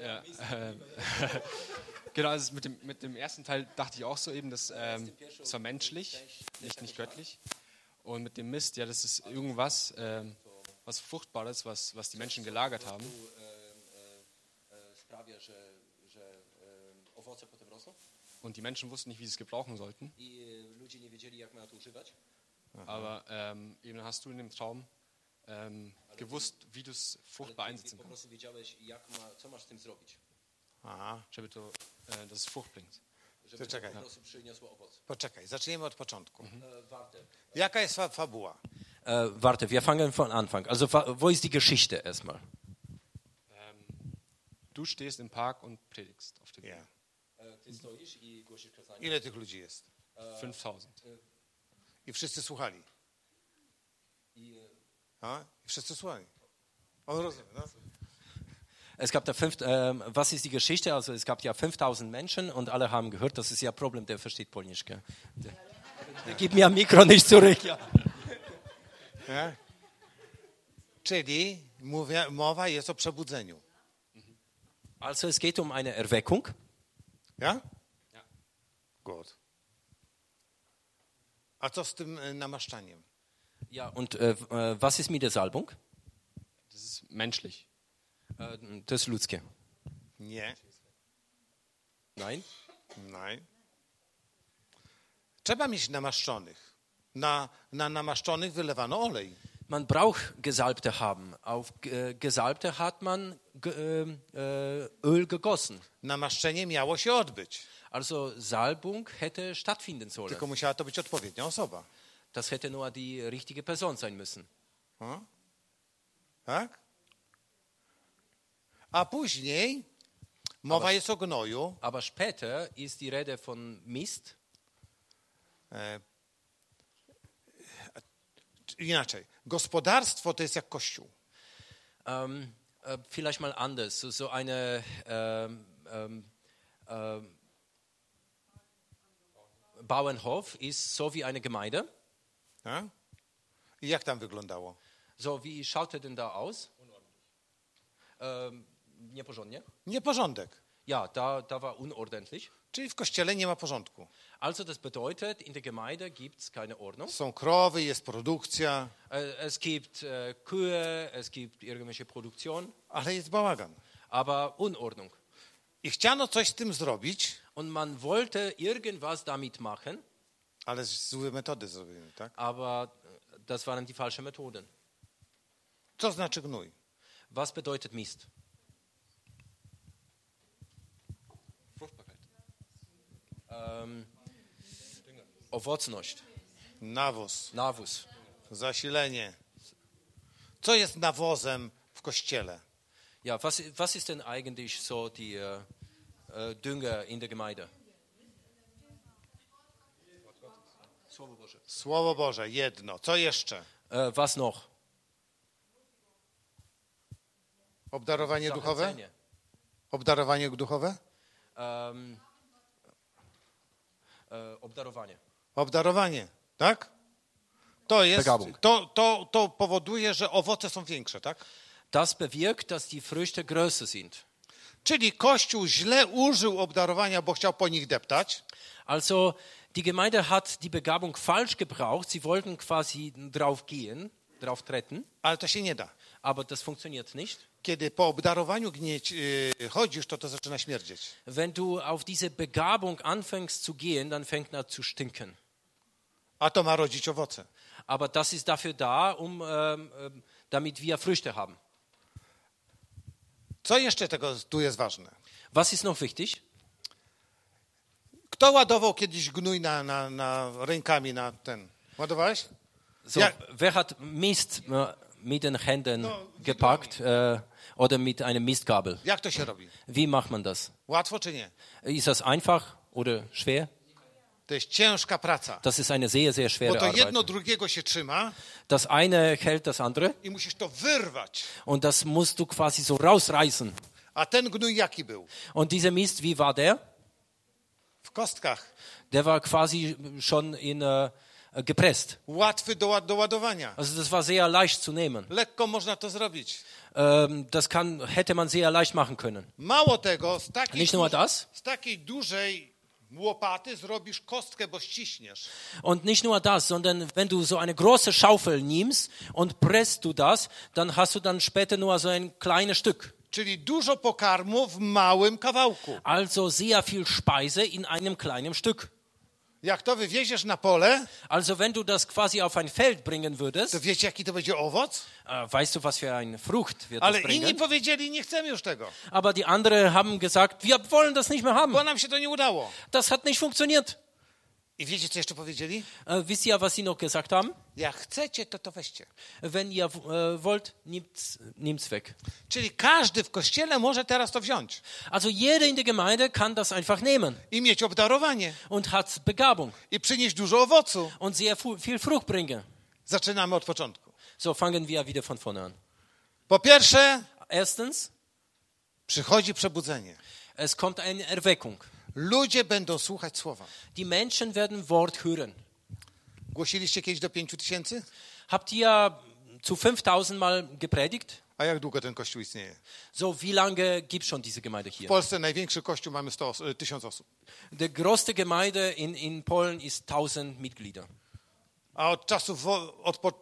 Ja, ähm, genau, also mit dem, mit dem ersten Teil dachte ich auch so eben, dass ähm, es war menschlich, nicht, nicht göttlich. Und mit dem Mist, ja, das ist irgendwas, ähm, was Fruchtbares, was, was die Menschen gelagert haben.
sprawia, że, że owoce potem rosną.
Und die Menschen wussten nicht, wie sie es gebrauchen sollten.
I e, ludzie nie wiedzieli, jak ma to używać.
Aber ähm, eben hast du in dem Traum ähm, gewusst, wie du es fruchtbar
Ale ty, ty
einsetzen
po
kannst.
prostu wiedziałeś, jak ma, co masz z tym zrobić.
Aha.
Żeby to, äh, dass es Frucht bringt.
Żeby to
czekaj.
po prostu przyniosło owoc.
Poczekaj, zaczniemy od początku.
Mhm. No.
E, warte.
Jaka jest fa- fabuła?
Äh, warte, wir fangen von Anfang. Also wa- wo ist die Geschichte erstmal?
Ähm, du stehst im Park und predigst auf dem
Ja.
Ty stoisz i głosisz kazanie.
Ile tych ludzi jest?
5000.
I wszyscy słuchali. A? I wszyscy słuchali. On rozumie, no?
Es gab da fünf, ähm, was ist die Geschichte? Also es gab ja 5000 Menschen und alle haben gehört, das ist ja ein Problem, der versteht Polnisch. Gell? Der, der gibt mir ein Mikro nicht zurück. Ja.
Nie? Czyli mówię, mowa jest o przebudzeniu.
Also es geht um eine Erweckung.
Ja?
Ja.
Gut. A co z tym e, namaszczaniem?
Ja, und äh, äh, was ist mit der Salbung?
Das ist menschlich.
Äh, das ist Lutzke.
Nie.
Nein?
Nein. Trzeba mieć namaszczonych. Na, na namaszczonych wylewano olej.
Man braucht Gesalbte haben. Auf äh, Gesalbte hat man ge, äh, äh, Öl gegossen.
Namaszczenie miało się odbyć,
Also Salbung hätte stattfinden sollen.
tylko musiała to być odpowiednia osoba.
Das hätte nur die richtige Person sein müssen.
O? Hmm? Tak? A później mowa jest o gnoju.
Aber später ist die Rede von Mist.
E, czy- inaczej. Gospodarstwo to jest jak kościół.
Ähm, äh, vielleicht mal anders. So, so eine ähm, ähm, ähm, Bauernhof ist so wie eine Gemeinde.
Tak? I jak tam wyglądało?
So, wie schaut er denn da aus? Ähm, nieporządnie.
Nieporządek.
Ja, da, da war unordentlich.
Czyli w kościele nie ma porządku.
Also das bedeutet, in der Gemeinde gibt es keine Ordnung.
Są krowy, jest produkcja,
Äh, es gibt äh, Kühe, es gibt irgendwelche Produktion,
ale jest bałagan.
aber Unordnung.
I chciano coś z tym zrobić,
Und man wollte irgendwas damit machen,
ale z złe metody zrobimy, tak?
aber äh, das waren die falschen Methoden.
Co znaczy gnój?
Was bedeutet Mist?
Fruchtbarkeit.
Ähm, Owocność,
Nawóz,
nawóz.
zasilenie. Co jest nawozem w kościele?
Ja, was, was ist denn eigentlich so die äh, äh, Dünger in der Gemeinde?
Słowo Boże, jedno. Co jeszcze?
Äh, was noch?
Obdarowanie duchowe?
Zachęcenie.
Obdarowanie duchowe?
Ähm, äh, obdarowanie.
Obdarowanie, tak? To jest,
Begabung.
to, to, to powoduje, że owoce są większe, tak?
Das bewirkt, dass die Früchte größer sind.
Czyli Kościół źle użył obdarowania, bo chciał po nich deptać,
Also die Gemeinde hat die Begabung falsch gebraucht. Sie wollten quasi drauf gehen, drauf treten,
ale to się nie da.
aber das funktioniert nicht.
Kiedy po obdarowaniu gnieć, yy, chodzisz, to to zaczyna śmierdzieć.
Wenn du auf diese Begabung anfängst zu gehen, dann fängt das zu stinken.
A to ma rodzić owoce.
Aber das ist dafür da, um, ähm, ähm, damit wir Früchte haben.
Co jeszcze tego tu jest ważne?
Was ist noch wichtig?
Kto ładował kiedyś gnój na, na, na rękami na ten? Ładowałeś?
So,
Ja.
Wer hat Mist äh, mit den Händen gepackt
genau.
äh, oder mit einem Mistgabel?
Jak to się robi?
Wie macht man das?
Łatwo czy nie?
Ist das einfach oder schwer?
To jest ciężka praca.
Das ist eine sehr, sehr
Bo
schwere
to jedno
Arbeit.
drugiego się trzyma
Das eine hält das andere
i musisz to wyrwać.
und das musst du quasi so rausreißen.
A ten gnój jaki był?
Und dieser Mist, wie war der?
W kostkach.
Der war quasi schon in, äh, gepresst.
Łatwy do, ład- do ładowania.
Also das war sehr leicht zu nehmen.
Lekko można to zrobić.
Ähm, das kann, hätte man sehr leicht machen können.
Mało tego, z takiej,
Nicht nur das.
z takiej dużej łopaty zrobisz kostkę, bo ściśniesz.
Und nicht nur das, sondern wenn du so eine große Schaufel nimmst und presst du das, dann hast du dann später nur so ein kleines Stück.
Czyli dużo pokarmu w małym kawałku.
Also sehr viel Speise in einem kleinen Stück.
Jak to wywieziesz na pole,
Also wenn du das quasi auf ein Feld bringen würdest,
to wiecie, jaki to będzie owoc?
äh, weißt du, was für eine Frucht wird
Ale
das
inni
bringen?
powiedzieli, nie chcemy już tego,
Aber die anderen haben gesagt, wir wollen das nicht mehr haben.
bo nam się to nie udało.
Das hat nicht funktioniert.
I wiecie, co jeszcze powiedzieli?
Äh, wisst ihr, was sie noch gesagt haben?
Jak chcecie, to to weźcie.
Wenn ihr äh, wollt, nimmt's, nimmt's weg.
Czyli każdy w kościele może teraz to wziąć
Also jeder in der Gemeinde kann das einfach nehmen
i mieć obdarowanie
und hat Begabung
i przynieść dużo owocu.
und sehr fu- viel Frucht bringen.
Zaczynamy od początku.
So fangen wir wieder von vorne an.
Po pierwsze,
Erstens,
przychodzi przebudzenie.
es kommt eine Erweckung.
Ludzie będą słuchać słowa.
Die Menschen werden Wort hören.
Głosiliście kiedyś do pięciu tysięcy?
Habt ihr zu 5000 Mal gepredigt?
A jak długo ten kościół istnieje?
So, wie lange gibt schon diese Gemeinde
W
hier?
Polsce największy kościół mamy 100, os- y, 1000 osób.
Die größte Gemeinde in, in Polen ist 1000 Mitglieder.
A od czasów, wo- od, po-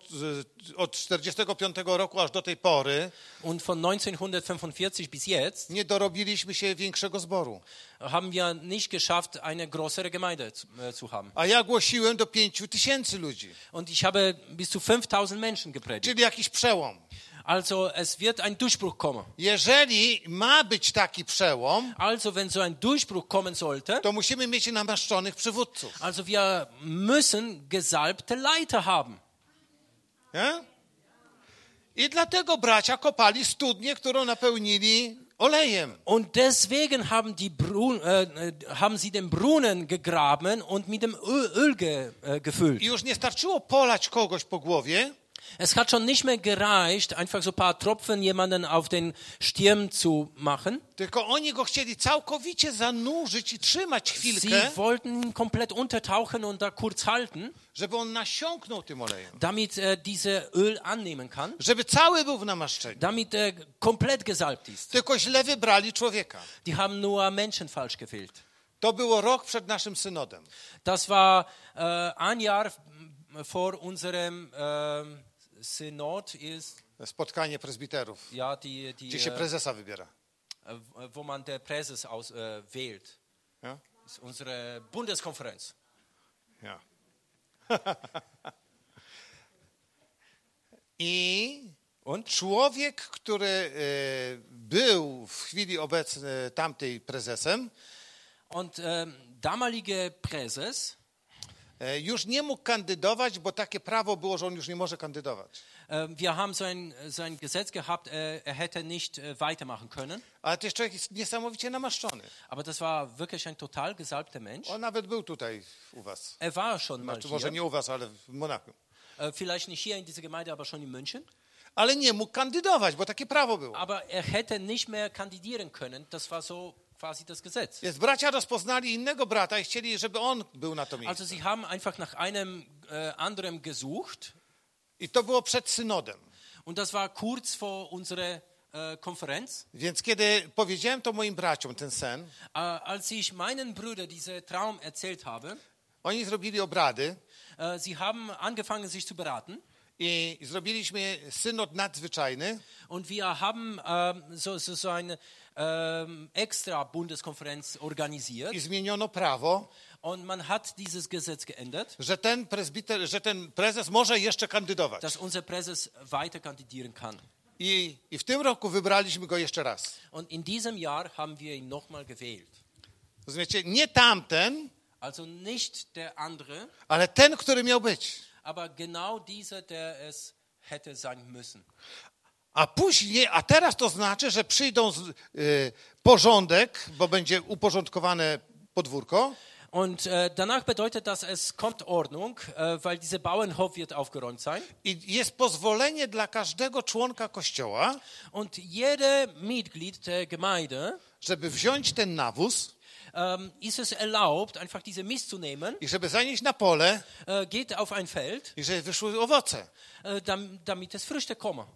y, od 45 roku aż do tej pory
Und von 1945 bis jetzt
nie dorobiliśmy się większego zboru.
haben wir nicht geschafft, eine größere Gemeinde zu, äh, zu haben.
A ja głosiłem do 5 tysięcy ludzi,
Und ich habe bis zu 5000 Menschen gepredigt.
czyli jakiś przełom.
Also es wird ein Durchbruch kommen.
Jeżeli ma być taki przełom,
Also wenn so ein Durchbruch kommen sollte,
to musimy mieć namaszczonych przywódców.
also wir müssen gesalbte Leiter haben.
Nie? I dlatego bracia kopali studnię, którą napełnili olejem.
Und deswegen haben, die Brun, äh, äh, haben sie den Brunnen gegraben und mit dem Öl, Öl ge, äh,
I
gefüllt.
już nie starczyło polać kogoś po głowie,
Es hat schon nicht mehr gereicht, einfach so ein paar Tropfen jemanden auf den Stirn zu machen.
tylko oni go chcieli całkowicie zanurzyć i trzymać
Sie
chwilkę,
wollten ihn komplett untertauchen und da kurz halten,
żeby on nasiąknął tym olejem.
damit er diese Öl annehmen kann,
Żeby cały był w namaszczeniu.
damit er komplett gesalbt ist.
Tylko źle wybrali człowieka.
Die haben nur Menschen falsch gefehlt.
To było rok przed naszym synodem.
Das war äh, ein Jahr m, vor unserem ähm, Synod ist
Spotkanie prezbiterów,
ja die, die
gdzie się
äh,
prezesa wybiera.
äh, wo man der Präses aus, äh, wählt.
Ja?
Das ist unsere Bundeskonferenz.
Ja. I
Und
człowiek, który e, był w chwili obecnej tamtej prezesem,
und ähm, damalige Präses
e, już nie mógł kandydować, bo takie prawo było, że on już nie może kandydować.
Ähm, Wir haben so ein, so ein Gesetz gehabt, äh, er hätte nicht äh, weitermachen können.
Ale ten człowiek jest niesamowicie namaszczony.
Aber das war wirklich ein total gesalbter Mensch.
On nawet był tutaj u was.
Er war schon mal
Znaczy, może
hier,
nie u was, ale w Monachium.
äh, vielleicht nicht hier in dieser Gemeinde, aber schon in München.
Ale nie mógł kandydować, bo takie prawo było.
Aber er hätte nicht mehr kandidieren können. Das war so quasi das Gesetz.
Więc bracia rozpoznali innego brata i chcieli, żeby on był na to miejscu.
Also sie haben einfach nach einem äh, anderen gesucht
I to było przed synodem.
und das war kurz vor unserer äh, Konferenz.
Więc kiedy powiedziałem to moim braciom, ten sen,
Äh, als ich meinen Brüdern diesen Traum erzählt habe,
oni zrobili obrady
äh, sie haben angefangen, sich zu beraten.
i zrobiliśmy synod nadzwyczajny,
Und wir haben ähm, so, so, so eine ähm, extra Bundeskonferenz
i
organisiert
zmieniono prawo,
und man hat dieses Gesetz geändert,
że ten, prezbiter, że ten prezes może jeszcze kandydować.
dass unser Präses weiter kandidieren kann.
I, I w tym roku wybraliśmy go jeszcze raz.
Und in diesem Jahr haben wir ihn nochmal gewählt.
Rozumiecie? Nie tamten,
Also nicht der andere,
ale ten, który miał być.
aber genau dieser, der es hätte sein müssen.
A później, a teraz to znaczy, że przyjdą z, y, porządek, bo będzie uporządkowane podwórko
Und äh, danach bedeutet das, es kommt Ordnung, äh, weil dieser Bauernhof wird aufgeräumt sein.
i jest pozwolenie dla każdego członka kościoła,
Und jeder Mitglied der Gemeinde
żeby wziąć ten nawóz
ähm, ist es erlaubt, einfach diese Mist zu nehmen,
i żeby zanieść na pole
äh, geht auf ein Feld,
i żeby wyszły owoce.
äh, dam, damit es Früchte kommen.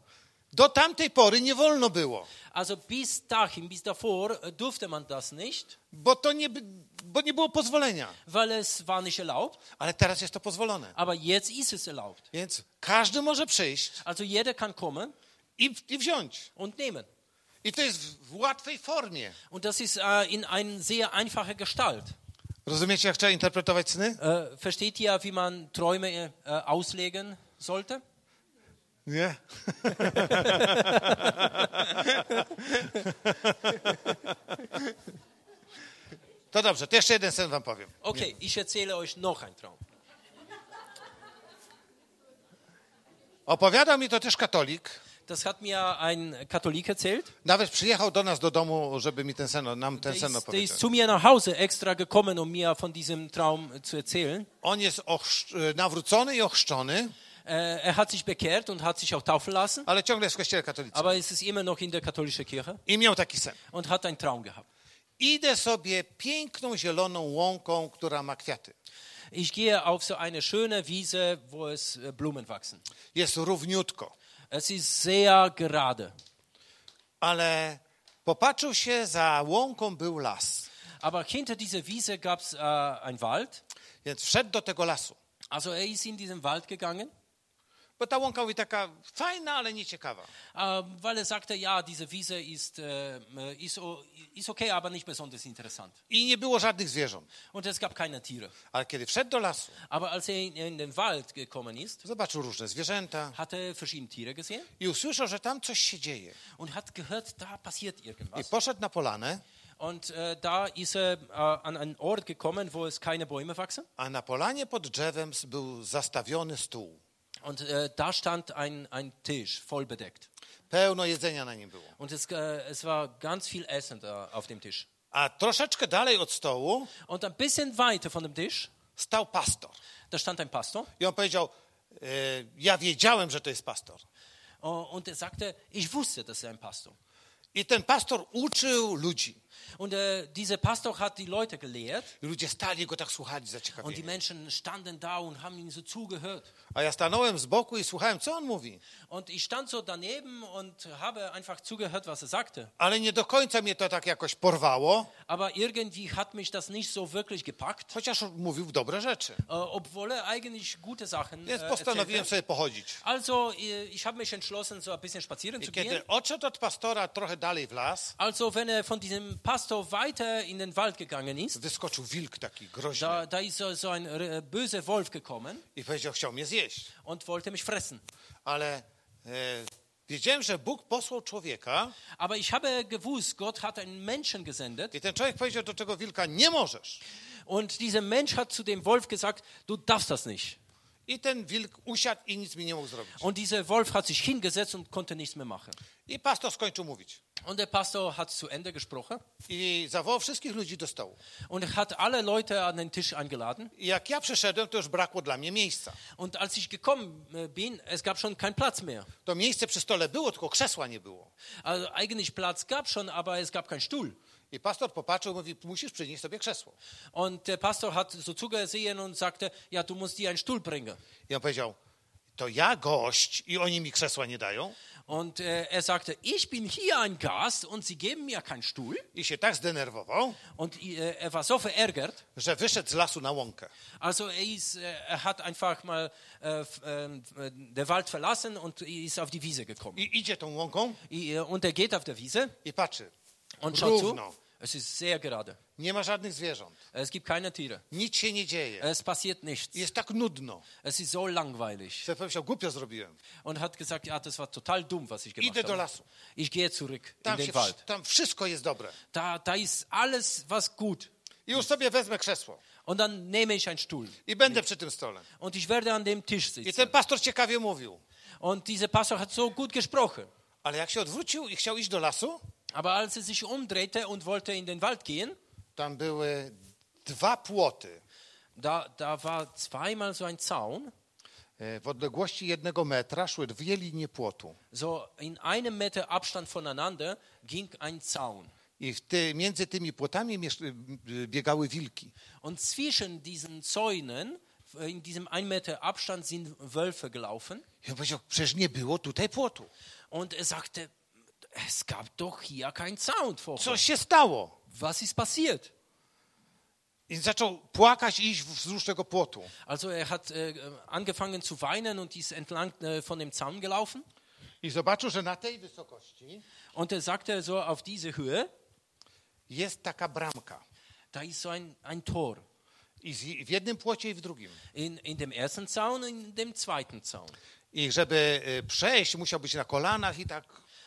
Do tamtej pory nie wolno było,
Also bis dahin, bis davor äh, durfte man das nicht,
bo, to nie, by- bo nie było pozwolenia.
weil es war nicht erlaubt,
Ale teraz jest to pozwolone.
aber jetzt ist es erlaubt.
Więc każdy może przyjść
Also jeder kann kommen
i, i wziąć.
und nehmen.
I to jest w w łatwej formie.
Und das ist äh, in einer sehr einfachen Gestalt.
Rozumiecie, jak trzeba interpretować sny?
Äh, versteht ihr, wie man Träume äh, auslegen sollte?
Nie. To dobrze, to jeszcze jeden sen wam powiem.
Okay, ich erzähle euch noch einen Traum.
Opowiadał mi to też katolik.
Das hat mir ein Katholik erzählt.
Nawet przyjechał do nas do domu, żeby mi ten sen, nam ten
Der
sen
ist, der ist
opowiedział.
zu mir nach Hause extra gekommen, um mir von diesem Traum äh, zu erzählen.
On jest ochrzcz- e, nawrócony i ochrzczony,
Äh, er hat sich bekehrt und hat sich auch taufen lassen,
ale ciągle jest w kościele katolickim.
aber es ist immer noch in der katholischen Kirche
I miał taki sen.
und hat einen Traum gehabt.
Idę sobie piękną, zieloną łąką, która ma kwiaty.
Ich gehe auf so eine schöne Wiese, wo es äh, Blumen wachsen.
Jest równiutko.
Es ist sehr gerade,
Ale popatrzył się, za łąką był las.
aber hinter dieser Wiese gab es äh, einen Wald.
Więc wszedł do tego lasu.
Also er ist in diesen Wald gegangen,
Bo ta łąka mówi taka fajna, ale nieciekawa.
äh, weil er sagte, ja, diese Wiese ist, äh, ist, o- ist okay, aber nicht besonders interessant.
I nie było żadnych zwierząt.
Und es gab keine Tiere.
Ale kiedy wszedł do lasu,
Aber als er in, in den Wald gekommen ist,
zobaczył różne zwierzęta
hat er verschiedene Tiere gesehen
i usłyszał, że tam coś się dzieje.
und hat gehört, da passiert
I
irgendwas.
poszedł na polanę,
Und äh, da ist er äh, an einen Ort gekommen, wo es keine Bäume wachsen.
a na polanie pod drzewem był zastawiony stół.
Und äh, da stand ein, ein Tisch, voll bedeckt.
Pełno jedzenia na nim było.
Und es, äh, es war ganz viel Essen da auf dem Tisch.
A troszeczkę dalej od stołu
Und ein bisschen weiter von dem Tisch,
stał pastor.
da stand ein Pastor.
I on powiedział, e, ja wiedziałem, że to jest pastor.
äh, Und er sagte, ich wusste, das ist ein Pastor.
I ten pastor uczył ludzi.
Und äh, dieser Pastor hat die Leute gelehrt.
I ludzie stali go tak słuchali
Und die
zaciekawieni.
Menschen standen da und haben ihm so zugehört.
A ja stanąłem z boku i słuchałem, co on mówi.
Und ich stand so daneben und habe einfach zugehört, was er sagte.
Ale nie do końca mnie to tak jakoś porwało,
Aber irgendwie hat mich das nicht so wirklich gepackt,
chociaż mówił dobre rzeczy.
äh, obwohl er eigentlich gute Sachen äh,
Więc postanowiłem
erzählte.
sobie pochodzić.
Also äh, ich habe mich entschlossen, so ein bisschen spazieren
I
zu gehen.
kiedy odszedł od pastora trochę dalej w las,
Also wenn er von diesem Pastor weiter in den Wald gegangen ist,
wyskoczył wilk taki groźny
da, da ist so so ein äh, böser Wolf gekommen
i powiedział, chciał mnie zjeść.
und wollte mich fressen.
Ale e, wiedziałem, że Bóg posłał człowieka
Aber ich habe gewusst, Gott hat einen Menschen gesendet
i ten człowiek powiedział do tego wilka, nie możesz.
und dieser Mensch hat zu dem Wolf gesagt, du darfst das nicht.
I ten wilk usiadł i nic mi nie mógł zrobić.
Und dieser Wolf hat sich hingesetzt und konnte nichts mehr machen.
I pastor skończył mówić.
Und der Pastor hat zu Ende gesprochen
I zawołał wszystkich ludzi do stołu.
und er hat alle Leute an den Tisch eingeladen.
I jak ja przyszedłem, to już brakło dla mnie miejsca.
Und als ich gekommen äh, bin, es gab schon keinen Platz mehr.
To miejsce przy stole było, tylko krzesła nie było.
Also eigentlich Platz gab schon, aber es gab keinen Stuhl.
I pastor popatrzył i mówi, musisz przynieść sobie krzesło.
Und der Pastor hat so zugesehen und sagte, ja, du musst dir einen Stuhl bringen.
I on powiedział, to ja gość i oni mi krzesła nie dają.
Und äh, er sagte, ich bin hier ein Gast und sie geben mir keinen Stuhl.
I się tak zdenerwował,
Und äh, er war so verärgert,
że wyszedł z lasu na łąkę.
also er, ist, äh, er hat einfach mal äh, f- ähm, äh, den Wald verlassen und ist auf die Wiese gekommen.
I idzie tą łąką
I- äh, Und er geht auf der Wiese
i patrzy.
und schaut zu.
Równo.
Es ist sehr gerade.
Nie ma żadnych zwierząt.
Es gibt keine Tiere.
Nic się nie dzieje.
Es passiert nichts.
Jest tak nudno.
Es ist so langweilig.
Sobie pomyślał, głupio zrobiłem.
Und hat gesagt, ja, das war total dumm, was ich gemacht
Idę do
habe.
lasu.
Ich gehe zurück in
Tam,
den
się,
Wald.
tam wszystko jest dobre.
Da, da ist alles, was gut.
I już sobie wezmę krzesło.
Und dann nehme ich einen Stuhl
I będę przy tym stole.
und ich werde an dem Tisch
I
sitzen.
ten pastor ciekawie mówił.
Und dieser Pastor hat so gut gesprochen.
Ale jak się odwrócił i chciał iść do lasu,
Aber als er sich umdrehte und wollte in den Wald gehen,
tam były dwa płoty
da, da war zweimal so ein Zaun.
E, w odległości jednego metra szły dwie linie płotu.
So in einem Meter Abstand voneinander ging ein Zaun.
I w ty, między tymi płotami miesz- y, y, biegały wilki.
Und zwischen diesen Zäunen, in diesem einen Meter Abstand, sind Wölfe gelaufen.
I on powiedział, przecież nie było tutaj płotu.
Und er sagte, es gab doch hier keinen Zaun vorher.
Coś się stało.
Was ist passiert?
I zaczął płakać i iść wzdłuż tego płotu.
Also er hat äh, angefangen zu weinen und ist entlang äh, von dem Zaun gelaufen.
i zobaczył, że na tej wysokości
Und er sagte so, auf diese Höhe,
jest taka bramka.
da ist so ein, ein Tor.
I z- w jednym płocie i w drugim.
In, in dem ersten Zaun, in dem zweiten Zaun.
I żeby e, przejść, musiał być na kolanach i tak.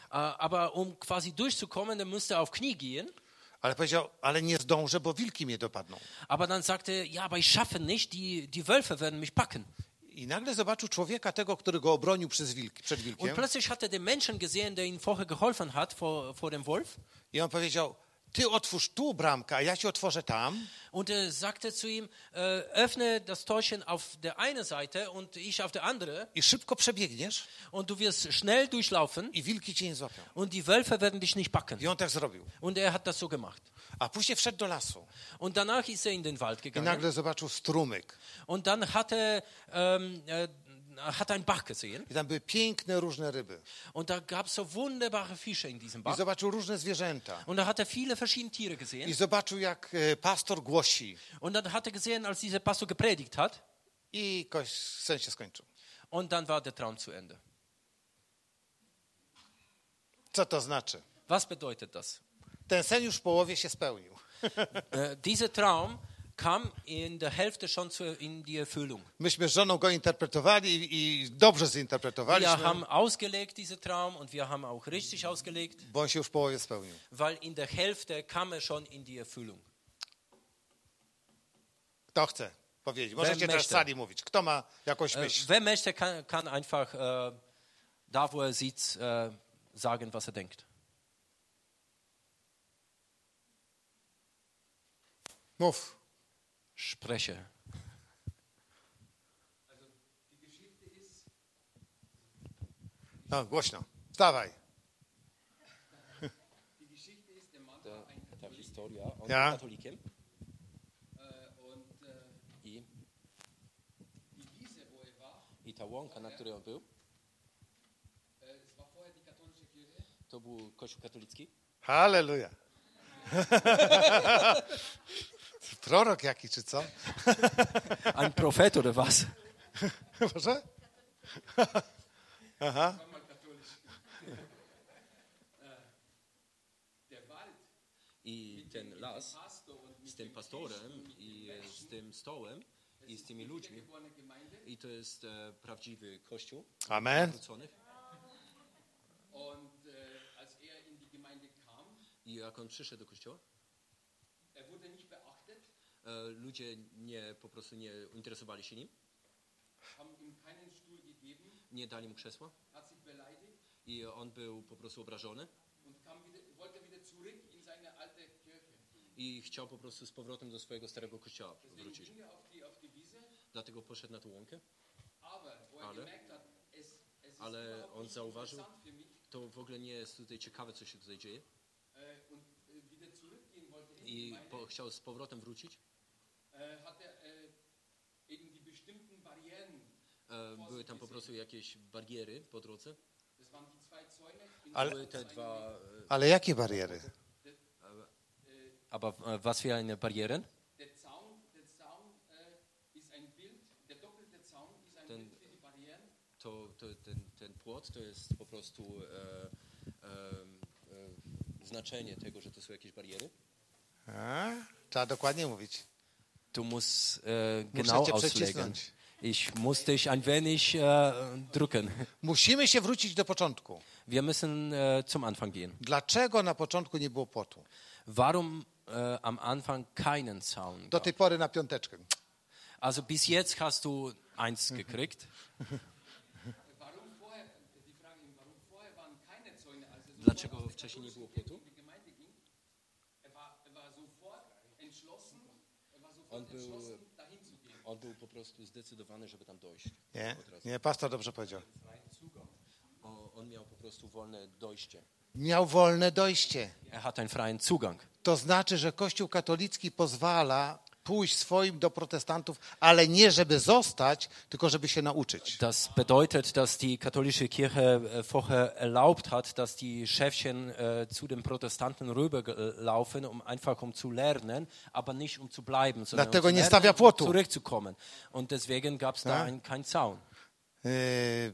Äh, aber um quasi durchzukommen, dann musste er auf Knie gehen.
Ale powiedział, ale nie zdążę, bo wilki mnie dopadną.
Aber dann sagte er, ja, aber ich schaffe nicht, die, die Wölfe werden mich packen.
I nagle zobaczył człowieka tego, który go obronił przez wilki, przed
Und
wilkiem.
plötzlich hat er den Menschen gesehen, der ihm vorher geholfen hat, vor, vor dem Wolf.
I on powiedział, ty otwórz tu bramkę, a ja ci otworzę tam.
Und er sagte zu ihm, äh, öffne das Torchen auf der einen Seite und ich auf der anderen.
I szybko przebiegniesz
Und du wirst schnell durchlaufen
i wilki cię nie złapią.
und die Wölfe werden dich nicht
I
packen.
on tak zrobił.
Und er hat das so gemacht.
A później wszedł do lasu
Und danach ist er in den Wald
i
gegangen.
nagle zobaczył strumyk.
Und dann hat er ähm, äh, hat einen Bach gesehen.
I tam były piękne, różne ryby.
Und da gab es so wunderbare Fische in diesem
I
Bach.
zobaczył różne zwierzęta.
Und da hat er viele verschiedene Tiere
I
gesehen.
zobaczył, jak e, pastor głosi.
Und dann hat er gesehen, als dieser Pastor gepredigt hat.
I koś sen się skończył.
Und dann war der Traum zu Ende.
Co to znaczy?
Was bedeutet das?
Ten sen już w połowie się spełnił.
Äh, dieser Traum kam in der Hälfte schon zu, in die Erfüllung.
Myśmy z żoną go interpretowali i, i dobrze zinterpretowaliśmy,
Wir haben ausgelegt diesen Traum und wir haben auch richtig ausgelegt,
bo on się już w połowie spełnił.
weil in der Hälfte kam er schon in die Erfüllung. Äh,
Kto chce powiedzieć? Możecie
myślę.
teraz w sali mówić. Kto ma jakąś
Äh,
myśl?
wer möchte, kann, kann einfach äh, da, wo er sitzt, äh, sagen, was er denkt.
Mów.
Spreche.
No, głośno. Dawaj.
Der Historia und
Ja.
Katholiken. I. I Taiwan, na której on był. To był kościół katolicki.
Halleluja. Prorok jaki, czy co?
Ein Prophet oder was?
Może?
I ten las z tym pastorem i z tym stołem i z tymi ludźmi. I to jest e, prawdziwy kościół
Amen.
nawróconych.
Und äh, als er in die Gemeinde kam,
I jak on przyszedł do kościoła,
er wurde nicht beachtet,
e, ludzie nie, po prostu nie interesowali się nim,
haben ihm keinen Stuhl gegeben,
nie dali mu krzesła.
hat sich beleidigt
I on był po prostu obrażony
und kam wieder, wollte wieder zurück in seine alte Kirche.
i chciał po prostu z powrotem do swojego starego kościoła wrócić.
Ging er auf die, auf die Wiese,
Dlatego poszedł na tą łąkę,
aber wo er
Alle?
gemerkt hat, es, es ist
ale
überhaupt
on
nicht
zauważył,
interessant für mich
to w ogóle nie jest tutaj ciekawe, co się tutaj dzieje.
äh, und äh, wieder zurückgehen wollte, in die
I
Gemeinde,
po, chciał z powrotem wrócić.
äh, hat er äh, irgendwie bestimmten Barrieren,
E, Były tam po prostu jakieś bariery po drodze.
das waren die zwei Zäune, in
Ale,
Były te dwa...
ale jakie bariery?
Aber äh, was für eine Barrieren?
der Zaun, der Zaun äh, ist ein Bild, der doppelte Zaun ist ein
Dann-
Bild für die Barrieren.
To, to, ten, ten płot to jest po prostu e, e, e, znaczenie tego, że to są jakieś bariery.
A? Trzeba dokładnie mówić.
Du musst äh,
genau
genau
cię
auslegen.
przecisnąć.
Ich muss dich ein wenig äh, drücken.
Musimy się wrócić do początku.
Wir müssen äh, zum Anfang gehen.
Dlaczego na początku nie było potu?
Warum äh, am Anfang keinen Zaun?
Do
Gab?
tej pory na piąteczkę.
Also bis jetzt hast du eins gekriegt.
Warum vorher, die Frage, eben, warum vorher waren keine Zäune, als er sofort
Dlaczego
aus der
wcześniej nie było
katholischen Kirche
płotu?
in die Gemeinde ging? Er war, er war sofort entschlossen, er war
On
sofort
był,
entschlossen, dahin zu gehen.
on był po prostu zdecydowany, żeby tam dojść.
Nie, nie, pastor dobrze powiedział.
O, on miał po prostu wolne dojście.
Miał wolne dojście.
Er hat einen freien Zugang.
To znaczy, że Kościół katolicki pozwala pójść swoim do protestantów, ale nie żeby zostać, tylko żeby się nauczyć.
Das bedeutet, dass die katholische Kirche äh, vorher erlaubt hat, dass die Chefchen äh, zu den Protestanten rüberlaufen, um einfach um zu lernen, aber nicht um zu bleiben, sondern um
Dlatego
zu
nie stawia
lernen, um
płotu.
zurückzukommen. Und deswegen gab es da
Ja.
einen, keinen Zaun.
e, Yy,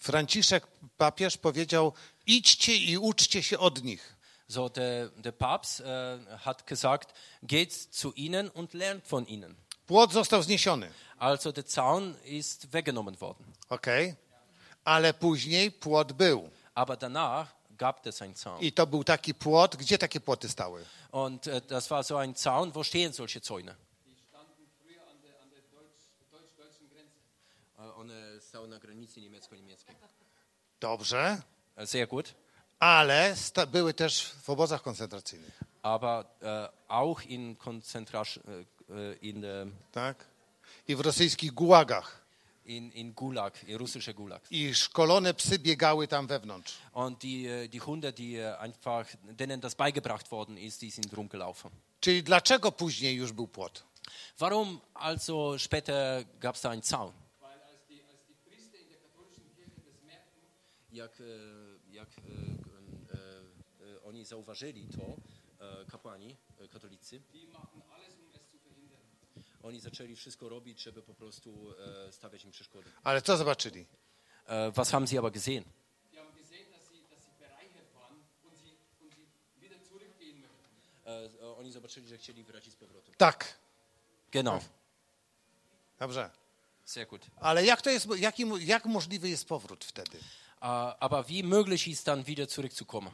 Franciszek papież powiedział: idźcie i uczcie się od nich.
So, der, der Papst äh, hat gesagt, geht zu ihnen und lernt von ihnen.
Płot został zniesiony.
Also der Zaun ist weggenommen worden.
Okej. Ale później płot był.
Aber danach gab es einen Zaun.
I to był taki płot, gdzie takie płoty stały?
Und äh, das war so ein Zaun, wo stehen solche Zäune? Äh, One są na granicy niemiecko-niemieckiej.
Dobrze,
Äh, Sehr gut.
ale sta- były też w obozach koncentracyjnych.
Aber äh, auch in Konzentration, äh, in, der-
Tak? I w rosyjskich gułagach.
in, in Gulag, in russische Gulag.
I szkolone psy biegały tam wewnątrz.
Und die, äh, die Hunde, die äh, einfach, denen das beigebracht worden ist, die sind rumgelaufen.
Czyli dlaczego później już był płot?
Warum also später gab es da einen Zaun?
Weil als die, als die Priester in der katholischen Kirche das merkten,
Jak, e, jak e, e, e, oni zauważyli to, e, kapłani, e, katolicy,
die machen alles, um es zu verhindern.
oni zaczęli wszystko robić, żeby po prostu e, stawiać im przeszkody.
Ale co zobaczyli?
E, was haben sie aber gesehen?
Die haben gesehen, dass sie, dass sie bereichert waren und sie, und sie wieder zurückgehen möchten.
E, oni zobaczyli, że chcieli wrócić z powrotem.
Tak,
Genau.
dobrze.
Sehr gut.
Ale jak, to jest, jaki, mo- jak możliwy jest powrót wtedy?
Äh, aber wie möglich ist dann wieder zurückzukommen?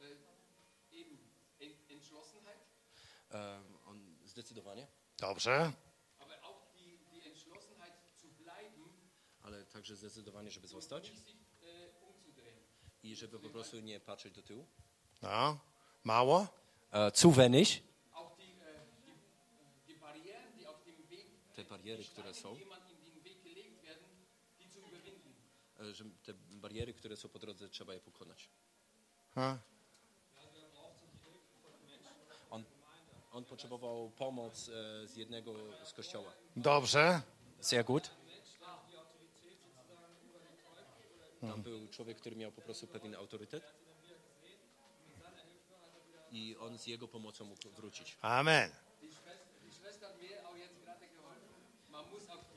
En Äh, Entschlossenheit,
Ähm, und zdecydowanie,
Dobrze.
aber auch die, die Entschlossenheit zu bleiben,
ale także zdecydowanie, żeby zostać
sich äh, umzudrehen.
i żeby po prostu nie patrzeć do tyłu.
No, mało?
Äh, zu wenig.
Auch die, äh, die, äh, die Barrieren, die auf dem Weg
Te bariery, które są,
jemand in den Weg gelegt werden, die zu überwinden.
äh, że te bariery, które są po drodze, trzeba je pokonać.
Ha?
On, on potrzebował pomoc e, z jednego z kościoła.
Dobrze.
Sehr gut. Tam był człowiek, który miał po prostu pewien autorytet. I on z jego pomocą mógł wrócić.
Amen.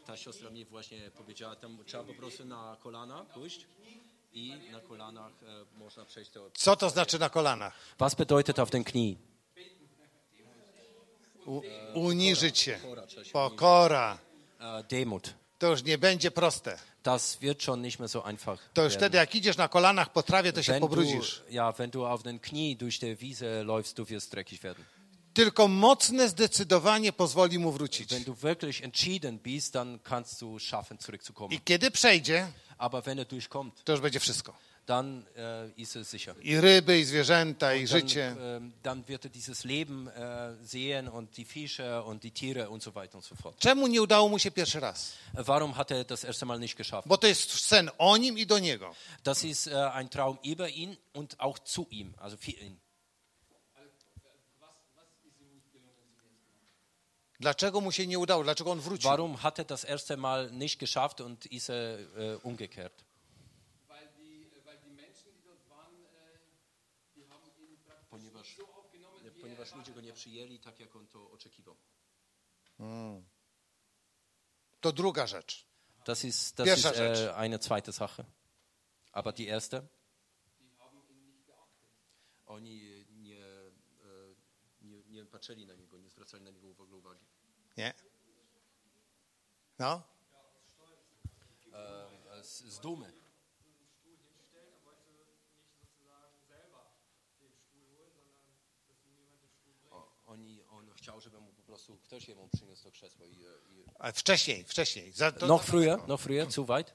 Ta siostra mi właśnie powiedziała, tam trzeba po prostu na kolana pójść i na kolanach e, można przejść to.
Co to znaczy na kolanach?
Was bedeutet auf den Knie?
Uniżyć się.
Pora, trzeba się
Pokora.
E, Demut.
To już nie będzie proste.
Das wird schon nicht mehr so einfach.
To już
werden.
wtedy, jak idziesz na kolanach po trawie, to się
Wenn du,
pobrudzisz.
ja, wenn du auf den Knie durch die Wiese läufst, du wirst dreckig werden.
Tylko mocne zdecydowanie pozwoli mu wrócić.
Wenn du wirklich entschieden bist, dann kannst du schaffen, zurückzukommen.
I kiedy przejdzie,
Aber wenn er durchkommt,
to już będzie wszystko.
dann äh, ist es sicher.
I ryby, i zwierzęta, i
Dann,
życie.
ähm, dann wird er dieses Leben äh, sehen und die Fische und die Tiere und so weiter und so fort.
Czemu nie udało mu się pierwszy raz?
Äh, Warum hat er das erste Mal nicht geschafft?
Bo to jest sen o nim i do niego.
Das ist äh, ein Traum über ihn und auch zu ihm, also für ihn.
Dlaczego mu się nie udało? Dlaczego on wrócił?
Warum hat er das erste Mal nicht geschafft und ist er äh, umgekehrt?
Weil die, äh, weil die Menschen, die dort waren, äh, die haben ihn praktisch
Ponieważ,
so aufgenommen, wie er
ponieważ ludzie go nie przyjęli tak, jak on to oczekiwał.
To druga rzecz.
Das ist, das ist
Pierwsza
äh,
rzecz.
eine zweite Sache. Aber die erste? Oni nie, e, nie, nie patrzyli na niego, nie zwracali na niego w ogóle uwagi.
Nie? No?
E, Z, z dumy. O, Oni, on chciał, żeby mu po prostu ktoś jemu przyniósł to krzesło. I, e, i...
Ale wcześniej, wcześniej. Za, to,
Noch früher, noch früher, zu weit?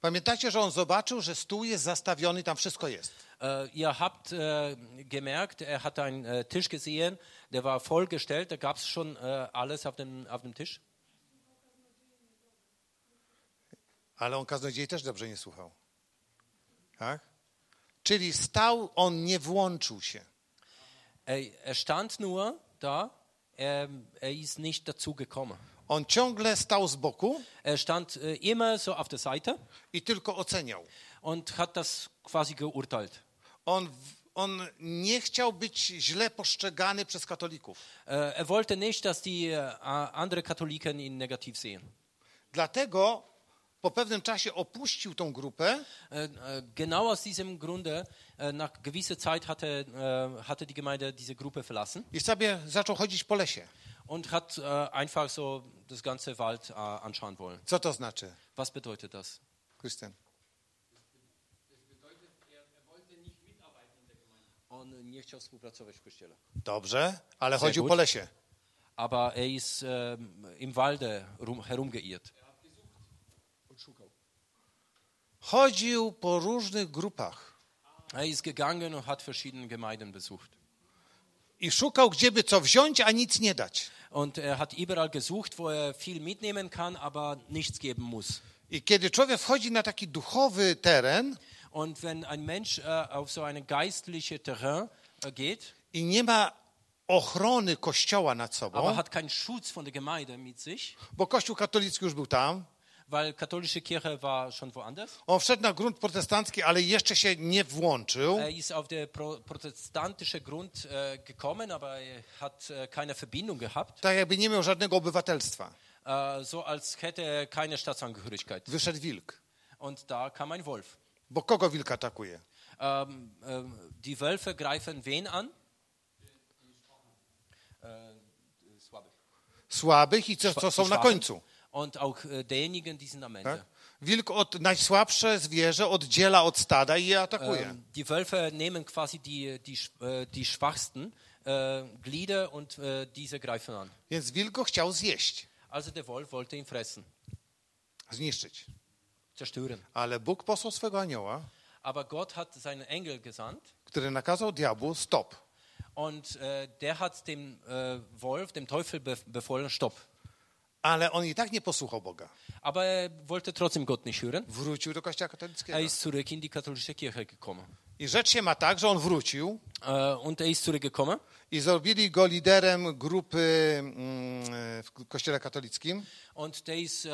Pamiętacie, że on zobaczył, że stół jest zastawiony, tam wszystko jest.
Äh, ihr habt äh, gemerkt, er hat einen äh, Tisch gesehen, der war vollgestellt, da gab es schon äh, alles auf dem, auf dem Tisch.
Ale on kaznodziei też dobrze nie słuchał. Tak? Czyli stał, on nie włączył się.
Er, er stand nur da, er, er ist nicht dazu gekommen.
On ciągle stał z boku
Er stand äh, immer so auf der Seite
i tylko oceniał.
und hat das quasi geurteilt.
On, w- on nie chciał być źle postrzegany przez katolików.
Äh, er wollte nicht, dass die äh, andere Katholiken ihn negativ sehen.
Dlatego po pewnym czasie opuścił tą grupę
Äh, äh, genau aus diesem Grunde, äh, nach gewisser Zeit hatte, äh, hatte die Gemeinde diese Gruppe verlassen
i sobie zaczął chodzić po lesie.
und hat äh, einfach so das ganze Wald äh, anschauen wollen.
Co to znaczy,
Was bedeutet das?
Krystian?
On nie chciał współpracować w kościele.
Dobrze, ale
Sehr
chodził
gut.
po lesie.
Aber er ist ähm, im Walde rum, herumgeirrt.
Chodził po różnych grupach
Er ist gegangen und hat verschiedene Gemeinden besucht.
i szukał, gdzie by co wziąć, a nic nie dać.
Und er hat überall gesucht, wo er viel mitnehmen kann, aber nichts geben muss.
I kiedy człowiek wchodzi na taki duchowy teren
Und wenn ein Mensch äh, auf so ein geistliches Terrain äh, geht,
i nie ma ochrony kościoła nad
aber
sobą,
hat keinen Schutz von der Gemeinde mit sich,
bo kościół katolicki już był tam,
weil katholische Kirche war schon woanders.
on wszedł na grunt protestancki, ale jeszcze się nie włączył,
Er ist auf den pro protestantischen Grund äh, gekommen, aber er hat äh, keine Verbindung gehabt,
tak jakby nie miał żadnego obywatelstwa.
äh, so als hätte er keine Staatsangehörigkeit.
Wyszedł wilk.
Und da kam ein Wolf.
Bo kogo wilk atakuje?
Ähm, ähm, die Wölfe greifen wen an?
Słabych i co, co
Die
są na
Schwachen.
końcu.
Und auch äh, derjenigen, die sind am Ende.
Tak? Wilk od najsłabsze zwierzę oddziela od stada i je atakuje.
Ähm, die Wölfe nehmen quasi die, die, sch- äh, die schwachsten äh, Glieder und äh, diese greifen an.
Więc wilk go chciał zjeść,
Also der Wolf wollte ihn fressen,
zniszczyć.
zerstören.
Ale Bóg posłał swego anioła,
Aber Gott hat seinen Engel gesandt
który nakazał diabłu stop.
und äh, der hat dem äh, Wolf, dem Teufel be befohlen, stopp.
Ale on i tak nie posłuchał Boga.
Aber er wollte trotzdem Gott nicht hören.
Wrócił do kościoła
Er
katolickiego.
ist zurück in die katholische Kirche gekommen.
I rzecz się ma tak, że on wrócił
Äh, und er ist zurückgekommen.
i zrobili go liderem grupy mm, w kościele katolickim.
Und der ist äh,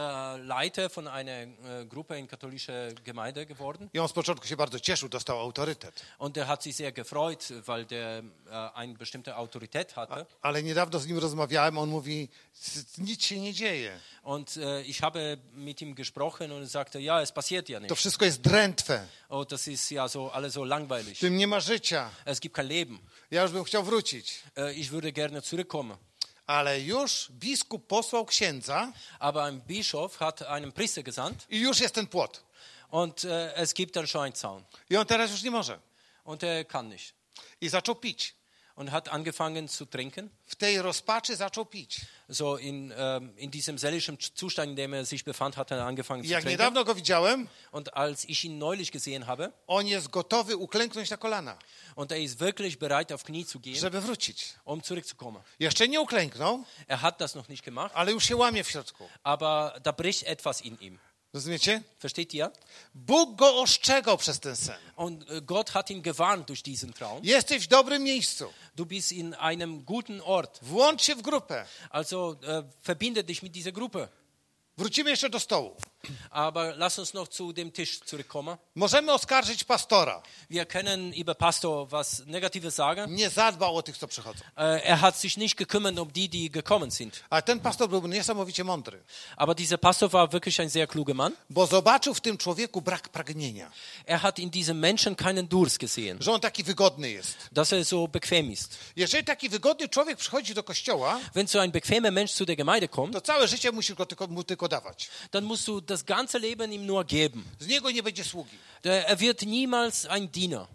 Leiter von einer äh, Gruppe in katholischer Gemeinde geworden.
I on z początku się bardzo cieszył, dostał autorytet.
Und der hat sich sehr gefreut, weil der äh, eine bestimmte Autorität hatte.
Ale niedawno z nim rozmawiałem, on mówi, "S- nic się nie dzieje.
Und äh, ich habe mit ihm gesprochen und er sagte, ja, es passiert ja
To
nicht.
wszystko jest drętwe.
Oh, das ist ja so alles so langweilig.
W tym nie ma życia.
Es gibt kein Leben.
Ja już bym chciał wrócić.
Äh, ich würde gerne zurückkommen.
Ale już biskup posłał księdza
Aber ein Bischof hat einen Priester gesandt
i już jest ten płot.
und äh, es gibt dann schon einen Zaun.
I on teraz już nie może.
Und er kann nicht.
I zaczął pić.
Und hat angefangen zu trinken,
W tej rozpaczy zaczął pić.
so in, ähm, in diesem seelischen Zustand, in dem er sich befand, hat er angefangen
I
zu
jak
trinken.
niedawno go widziałem,
Und als ich ihn neulich gesehen habe,
on jest gotowy uklęknąć na kolana,
und er ist wirklich bereit, auf Knie zu gehen,
żeby wrócić.
um zurückzukommen.
Jeszcze nie uklęknął,
Er hat das noch nicht gemacht,
ale już się łamie w środku.
aber da bricht etwas in ihm.
Rozumiecie?
Versteht ihr?
Bóg go ostrzegał przez ten sen.
Und äh, Gott hat ihn gewarnt durch diesen Traum.
Jesteś w dobrym miejscu.
Du bist in einem guten Ort.
Włącz się w grupę.
Also äh, verbinde dich mit dieser Gruppe.
Wrócimy jeszcze do stołu.
Aber lass uns noch zu dem Tisch zurückkommen.
Możemy oskarżyć pastora.
Wir können über Pastor was Negatives sagen.
Nie zadbał o tych, co przychodzą.
Äh, er hat sich nicht gekümmert um die, die gekommen sind.
Ale ten pastor był niesamowicie mądry,
Aber dieser Pastor war wirklich ein sehr kluger Mann.
bo zobaczył w tym człowieku brak pragnienia,
Er hat in diesem Menschen keinen Durst gesehen,
że on taki wygodny jest.
dass er so bequem ist.
Jeżeli taki wygodny człowiek przychodzi do kościoła,
Wenn so ein bequemer Mensch zu der Gemeinde kommt,
to całe życie musi go tylko, mu tylko dawać.
dann musst du das ganze Leben ihm nur geben.
Z niego nie będzie sługi.
Der- Er wird niemals ein Diener.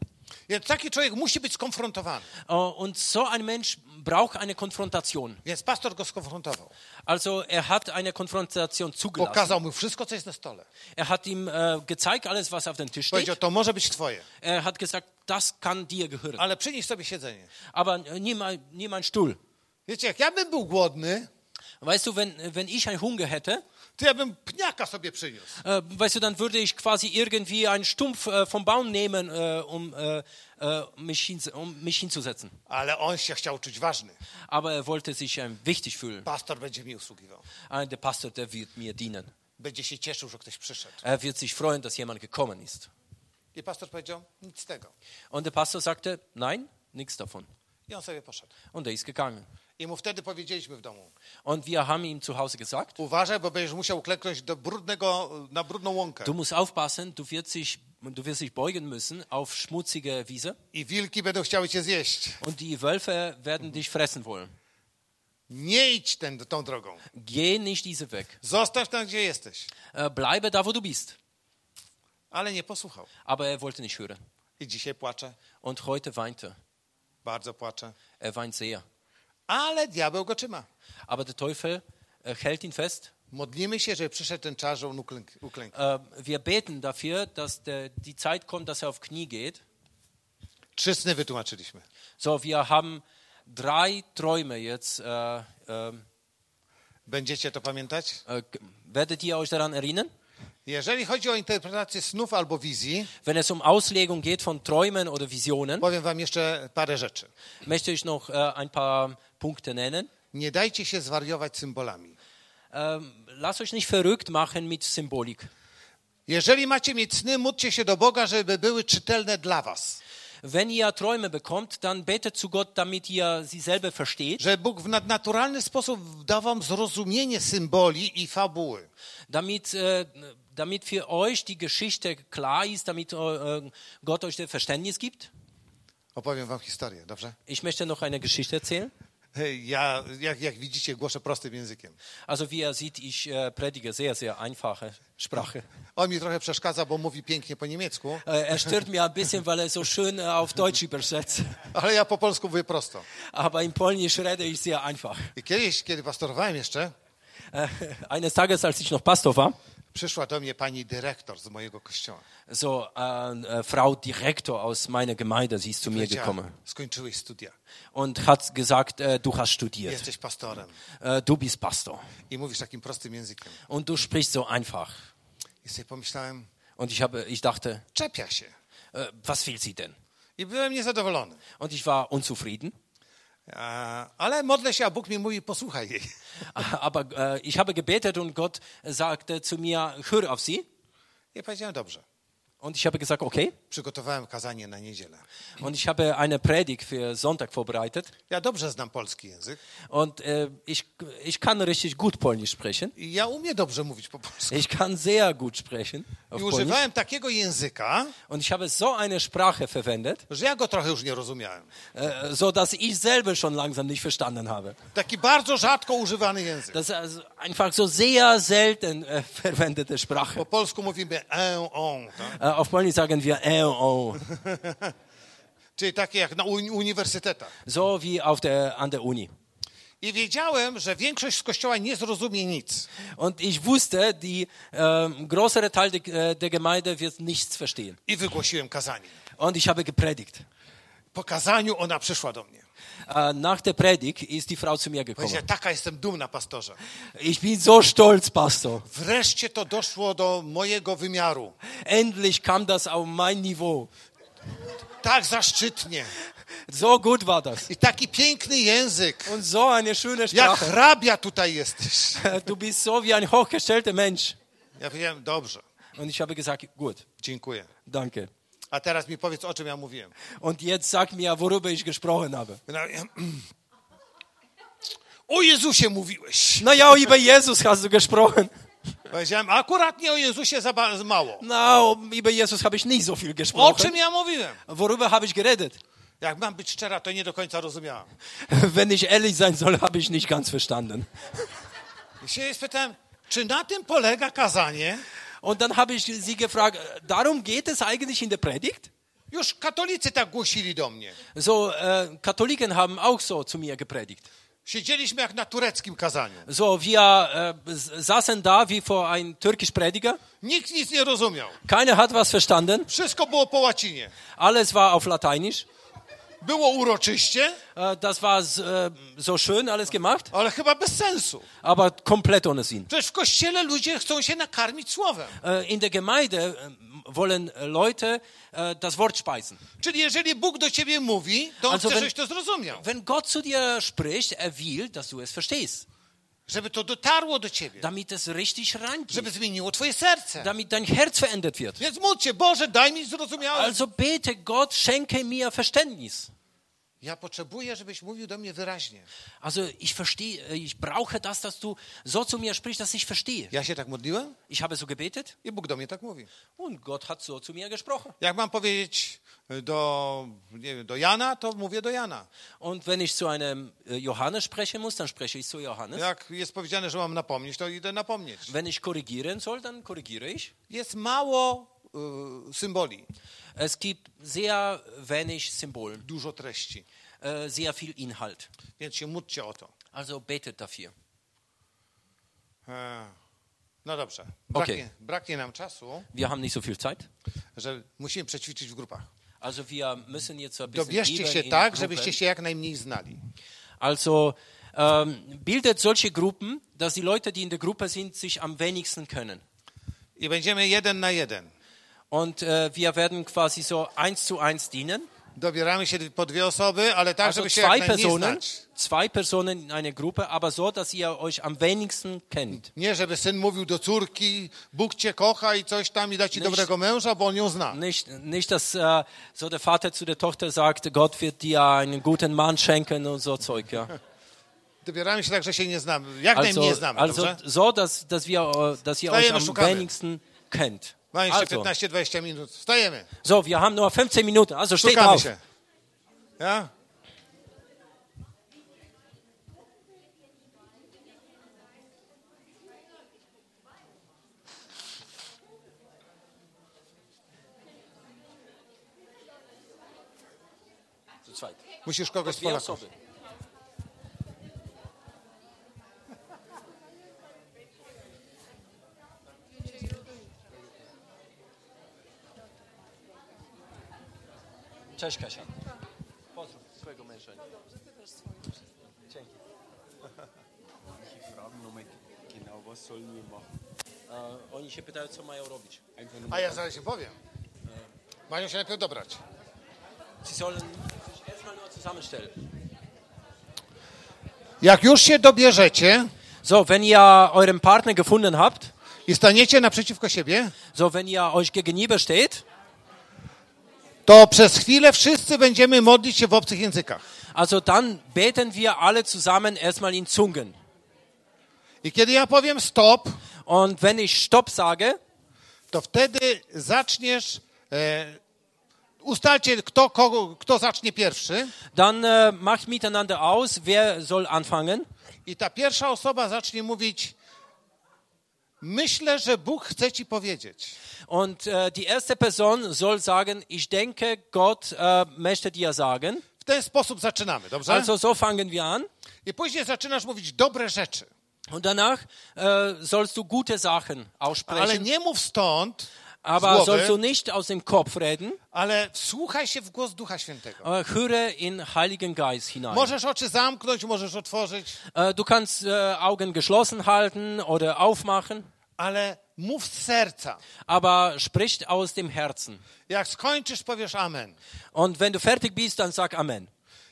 Więc taki człowiek musi być skonfrontowany.
Äh, Und so ein Mensch braucht eine Konfrontation.
Więc pastor go skonfrontował.
Also er hat eine Konfrontation zugelassen.
Pokazał mu wszystko, co jest na stole.
Er hat ihm äh, gezeigt, alles, was auf dem Tisch
Powiedział,
steht.
to może być twoje,
Er hat gesagt, das kann dir gehören.
ale przynieś sobie siedzenie.
Aber äh, nimm, ein- nimm einen Stuhl.
Wiecie, jak ja bym był głodny,
Weißt du, wenn, wenn ich einen Hunger hätte,
to ja bym pniaka sobie przyniósł.
äh, weißt du, dann würde ich quasi irgendwie einen Stumpf äh, vom Baum nehmen, äh, um, äh, äh, mich hin, um mich hinzusetzen.
Ale on się chciał czuć ważny.
Aber er wollte sich ähm, wichtig fühlen.
Pastor będzie mi usługiwał.
Ah, der Pastor, der wird mir dienen.
Będzie się cieszył, że ktoś przyszedł.
Er wird sich freuen, dass jemand gekommen ist.
I pastor powiedział, nic z tego.
Und der Pastor sagte, nein, nichts davon.
I on sobie poszedł.
Und er ist gegangen.
I mu wtedy powiedzieliśmy w domu,
Und wir haben ihm zu Hause gesagt,
uważaj, bo będziesz musiał kleknąć do brudnego, na brudną łąkę.
du musst aufpassen, du wirst dich, du wirst dich beugen müssen auf schmutzige Wiese
I wilki będą chciały cię zjeść.
und die Wölfe werden dich fressen wollen.
Nie idź ten, tą drogą.
Geh nicht diese weg.
Zostaw tam, gdzie jesteś.
Äh, Bleibe da, wo du bist.
Ale nie posłuchał.
Aber er wollte nicht hören.
I dzisiaj płacze.
Und heute weint er.
Bardzo płacze.
Er weint sehr.
Ale diabeł go trzyma.
Aber der Teufel äh, hält ihn fest.
Modlimy się, żeby przyszedł ten czas, że on uklęk- uklękł.
Äh, Wir beten dafür, dass der, die Zeit kommt, dass er auf Knie geht.
Trzy sny wytłumaczyliśmy.
So, wir haben drei Träume jetzt. Äh, äh,
Będziecie to pamiętać?
äh, g- werdet ihr euch daran erinnern?
Jeżeli chodzi o interpretację snów albo wizji,
Wenn es um Auslegung geht von Träumen oder Visionen,
powiem wam jeszcze parę rzeczy.
möchte ich noch äh, ein paar Punkte nennen.
Nie dajcie się zwariować symbolami.
Ähm, lasst euch nicht verrückt machen mit Symbolik.
Jeżeli macie mieć sny, módlcie się do Boga, żeby były czytelne dla was.
Wenn ihr Träume bekommt, dann betet zu Gott, damit ihr sie selber versteht,
Że Bóg w nadnaturalny sposób da wam zrozumienie symboli i fabuły.
damit, äh, damit für euch die Geschichte klar ist, damit äh, Gott euch das Verständnis gibt.
Opowiem wam historię, dobrze?
Ich möchte noch eine Geschichte erzählen.
Ja, jak, jak widzicie, głoszę prostym językiem.
Also wie ihr seht, ich äh, predige sehr, sehr einfache Sprache.
On mi trochę przeszkadza, bo mówi pięknie po niemiecku,
Äh, er stört mir ein bisschen, weil er so schön äh, auf Deutsch übersetzt.
ale ja po polsku mówię prosto.
Aber in Polnisch rede ich sehr einfach.
I kiedyś, kiedy pastorowałem jeszcze,
Äh, eines Tages, als ich noch Pastor war,
przyszła do mnie pani dyrektor z mojego kościoła.
so äh, äh, Frau Direktor aus meiner Gemeinde, sie ist zu mir
Powiedziała,
gekommen.
Skończyłeś studia,
und hat gesagt, äh, du hast studiert,
jesteś pastorem
äh, du bist Pastor
i mówisz takim prostym językiem.
und du sprichst so einfach.
I sobie pomyślałem,
Und ich, habe, ich dachte,
czepia się.
äh, was fehlt sie denn?
I byłem niezadowolony.
Und ich war unzufrieden,
A, ale modlę się, a Bóg mi mówi, posłuchaj jej.
aber äh, ich habe gebetet und Gott sagte zu mir, hör auf sie.
I powiedziałem, dobrze.
Und ich habe gesagt, okay.
Przygotowałem kazanie na niedzielę.
Und ich habe eine Predigt für Sonntag vorbereitet.
Ja dobrze znam polski język
Und äh, ich, ich kann richtig gut Polnisch sprechen.
i ja umiem dobrze mówić po polsku.
Ich kann sehr gut sprechen auf
I
Polnisch.
używałem takiego języka,
Und ich habe so eine Sprache verwendet,
że ja go trochę już nie rozumiałem.
äh, so dass ich selber schon langsam nicht verstanden habe.
Taki bardzo rzadko używany język.
Das ist also einfach so sehr selten äh, verwendete Sprache.
Po polsku mówimy e, on, tak?
Äh, auf Polnisch sagen wir äh, oh.
czyli takie jak na uni- uniwersytetach.
so wie auf der, an der Uni.
I wiedziałem, że większość z kościoła nie zrozumie nic.
Und ich wusste, die ähm, größere Teil de, äh, der Gemeinde wird nichts verstehen.
I wygłosiłem kazanie.
Und ich habe gepredigt.
Po kazaniu ona przyszła do mnie.
Äh, nach der Predigt ist die Frau zu mir gekommen.
Powiedziała, taka jestem dumna, pastorze.
Ich bin so stolz, Pastor.
Wreszcie to doszło do mojego wymiaru.
Endlich kam das auf mein Niveau.
Tak zaszczytnie.
So gut war das.
I taki piękny język.
Und so eine schöne
Jak
Sprache. Äh,
hrabia tutaj jesteś.
Du bist so wie ein hochgestellter Mensch.
Ja powiedziałem, dobrze,
Und ich habe gesagt, gut,
dziękuję.
danke.
A teraz mi powiedz, o czym ja mówiłem.
Und jetzt sag mir, worüber ich gesprochen habe.
Ja, ja, mm. O Jezusie mówiłeś.
Naja, über Jesus hast du gesprochen.
Powiedziałem, akurat nie o Jezusie za ba- za mało.
Na, über Jesus habe ich nicht so viel
O
gesprochen.
czym ja mówiłem?
Worüber habe ich geredet?
Jak mam być szczera, to nie do końca rozumiałam.
Wenn ich ehrlich sein soll, habe ich nicht ganz verstanden.
I się spytałem, czy na tym polega kazanie?
Und dann habe ich sie gefragt, darum geht es eigentlich in der Predigt?
Już katolicy tak głosili do mnie.
So, äh, Katholiken haben auch so zu mir gepredigt.
Siedzieliśmy jak na tureckim kazaniu.
So, wir äh, s- saßen da wie vor einem türkisch Prediger.
Nikt nic nie rozumiał.
Keiner hat was verstanden.
Wszystko było po łacinie.
Alles war auf Lateinisch.
Było uroczyście,
Äh, das war s- äh, so schön alles gemacht,
ale chyba bez sensu.
aber komplett ohne Sinn.
Przecież w kościele ludzie chcą się nakarmić słowem.
Äh, In der Gemeinde äh, wollen äh, Leute äh, das Wort speisen.
Czyli jeżeli Bóg do ciebie mówi, to on
Also
chce,
wenn-
żebyś to zrozumiał.
Wenn Gott zu dir spricht, er will, dass du es verstehst.
żeby to dotarło do ciebie,
damit es richtig rangeht,
żeby zmieniło twoje serce.
damit dein Herz verändert wird.
Więc módl się, Boże, daj mi zrozumiałe.
Also bete, Gott, schenke mir Verständnis.
Ja potrzebuję, żebyś mówił do mnie wyraźnie.
Also ich verstehe, äh, ich brauche das, dass du so zu mir sprichst, dass ich verstehe.
Ja się tak modliłem
Ich habe so gebetet
i Bóg do mnie tak mówi.
und Gott hat so zu mir gesprochen.
Jak mam powiedzieć e, do, nie wiem, do Jana, to mówię do Jana.
Und wenn ich zu einem äh, Johannes sprechen muss, dann spreche ich zu Johannes.
Jak jest powiedziane, że mam napomnieć, to idę napomnieć.
Wenn ich korrigieren soll, dann korrigiere ich.
Jest mało y, symboli,
Es gibt sehr wenig Symbolen,
dużo treści,
äh, sehr viel Inhalt.
więc się módlcie o to.
Also betet dafür.
E, No dobrze, braknie,
Okej.
braknie nam czasu,
Wir haben nicht so viel Zeit.
że musimy przećwiczyć w grupach.
Also wir müssen jetzt so ein bisschen
Dobierzcie
üben
się
in
tak,
Gruppen.
żebyście się jak najmniej znali.
Also ähm, bildet solche Gruppen, dass die Leute, die in der Gruppe sind, sich am wenigsten können.
I będziemy jeden na jeden.
Und äh, wir werden quasi so eins zu eins dienen.
Dobieramy się po dwie osoby, ale tak,
Also
żeby się jak
zwei
najmniej
Personen,
znać.
zwei Personen in einer Gruppe, aber so, dass ihr euch am wenigsten kennt.
Nie, żeby syn mówił do córki, Bóg cię kocha i coś tam i da ci
No i-
dobrego męża, bo on ją zna.
Nicht, nicht dass äh, so der Vater zu der Tochter sagt, Gott wird dir einen guten Mann schenken und so Zeug. Ja.
Dobieramy się tak, że się nie znamy. Jak
Also,
najmniej znamy,
also
dobrze?
so, dass, dass, wir, äh, dass ihr euch
Wstajemy,
am
szukamy.
wenigsten kennt.
Mamy jeszcze
Also,
15-20 minut. Wstajemy,
so, wir haben nur 15 Minuten, also steht
szukamy
auf.
się. Ja?
Zu zweit.
Musisz kogoś z
Dwie
Polaków.
osoby. Cześć Kasia. Pozdrów swojego męża.
Fragen nochmal genau, was sollen wir machen?
E, Oni się pytają, co mają robić.
Einfach nur
A ja zaraz się powiem. Mają się najpierw dobrać.
Sie sollen sich erstmal nur zusammenstellen.
Jak już się dobierzecie
So, wenn ihr euren Partner gefunden habt,
i staniecie naprzeciwko siebie,
so wenn ihr euch gegenüber steht,
to przez chwilę wszyscy będziemy modlić się w obcych językach.
also dann beten wir alle zusammen erstmal in Zungen.
I kiedy ja powiem stop,
Und wenn ich Stopp sage,
to wtedy zaczniesz. E, ustalcie, kto, kogo, kto zacznie pierwszy.
dann äh, macht miteinander aus, wer soll anfangen.
I ta pierwsza osoba zacznie mówić: Myślę, że Bóg chce ci powiedzieć.
Und äh, die erste Person soll sagen, ich denke, Gott äh, möchte dir sagen.
W ten sposób zaczynamy, dobrze?
Also so fangen wir an.
I później zaczynasz mówić dobre rzeczy.
Und danach äh, sollst du gute Sachen
Ale
aussprechen,
nie mów stąd, z
aber
głowy.
sollst du nicht aus dem Kopf reden.
ale wsłuchaj się w głos Ducha Świętego.
Äh, höre in Heiligen Geist hinein.
Możesz oczy zamknąć, możesz otworzyć,
Äh, du kannst äh, Augen geschlossen halten oder aufmachen,
ale mów z serca.
aber sprich aus dem Herzen.
Jak skończysz, powiesz Amen.
Und wenn du fertig bist, dann sag Amen.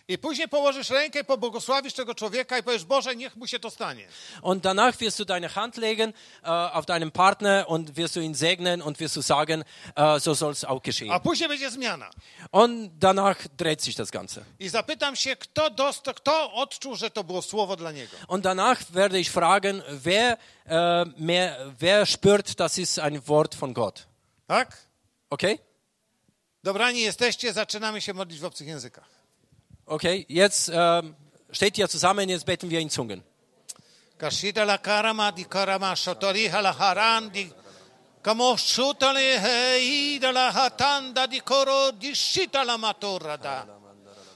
I później położysz rękę, pobłogosławisz tego człowieka i powiesz, Boże, niech mu się to stanie.
Und danach wirst du deine Hand legen äh, auf deinen Partner und wirst du ihn segnen und wirst du sagen, äh, so soll es auch
A
geschehen.
później będzie zmiana.
Und danach dreht sich das Ganze.
I zapytam się, kto, dosta, kto odczuł, że to było słowo dla niego.
Und danach werde ich fragen, wer, äh, mehr, wer spürt, das ist ein Wort von Gott.
Tak?
Okay?
Dobrani jesteście, zaczynamy się modlić w obcych językach.
Okay, jetzt ähm, steht ihr zusammen, jetzt beten wir in Zungen.
Kashida la karama di karama shotori hala harandi. Kamo shutale hei da la hatanda di koro di shita la matura da.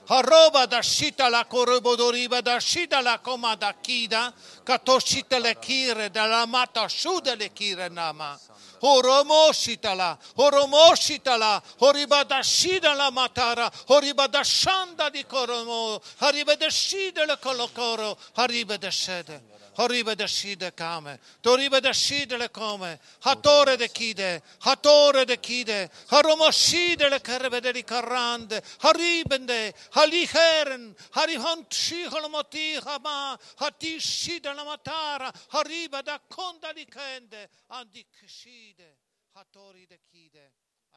Haroba da shita la korobodoriba da shida la koma da kida. Kato shita le kire da la mata shude le kire nama. Horomo shita la, horomo shita la, horiba da shida la matara, horiba da shanda di koromo, haribe de shide le kolokoro, haribe de shede. Horibe de Schide kame, Toribe de Schidele come, Hatore de Kide, Hatore de Kide, Haromo Schidele kerbe de Likarande, Haribende, Halikeren, Harihont Schiholmoti Hama, Hati Schidele Matara, Haribe da Konda Likende, Andik Schide, Hatori de Kide.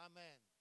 Amen.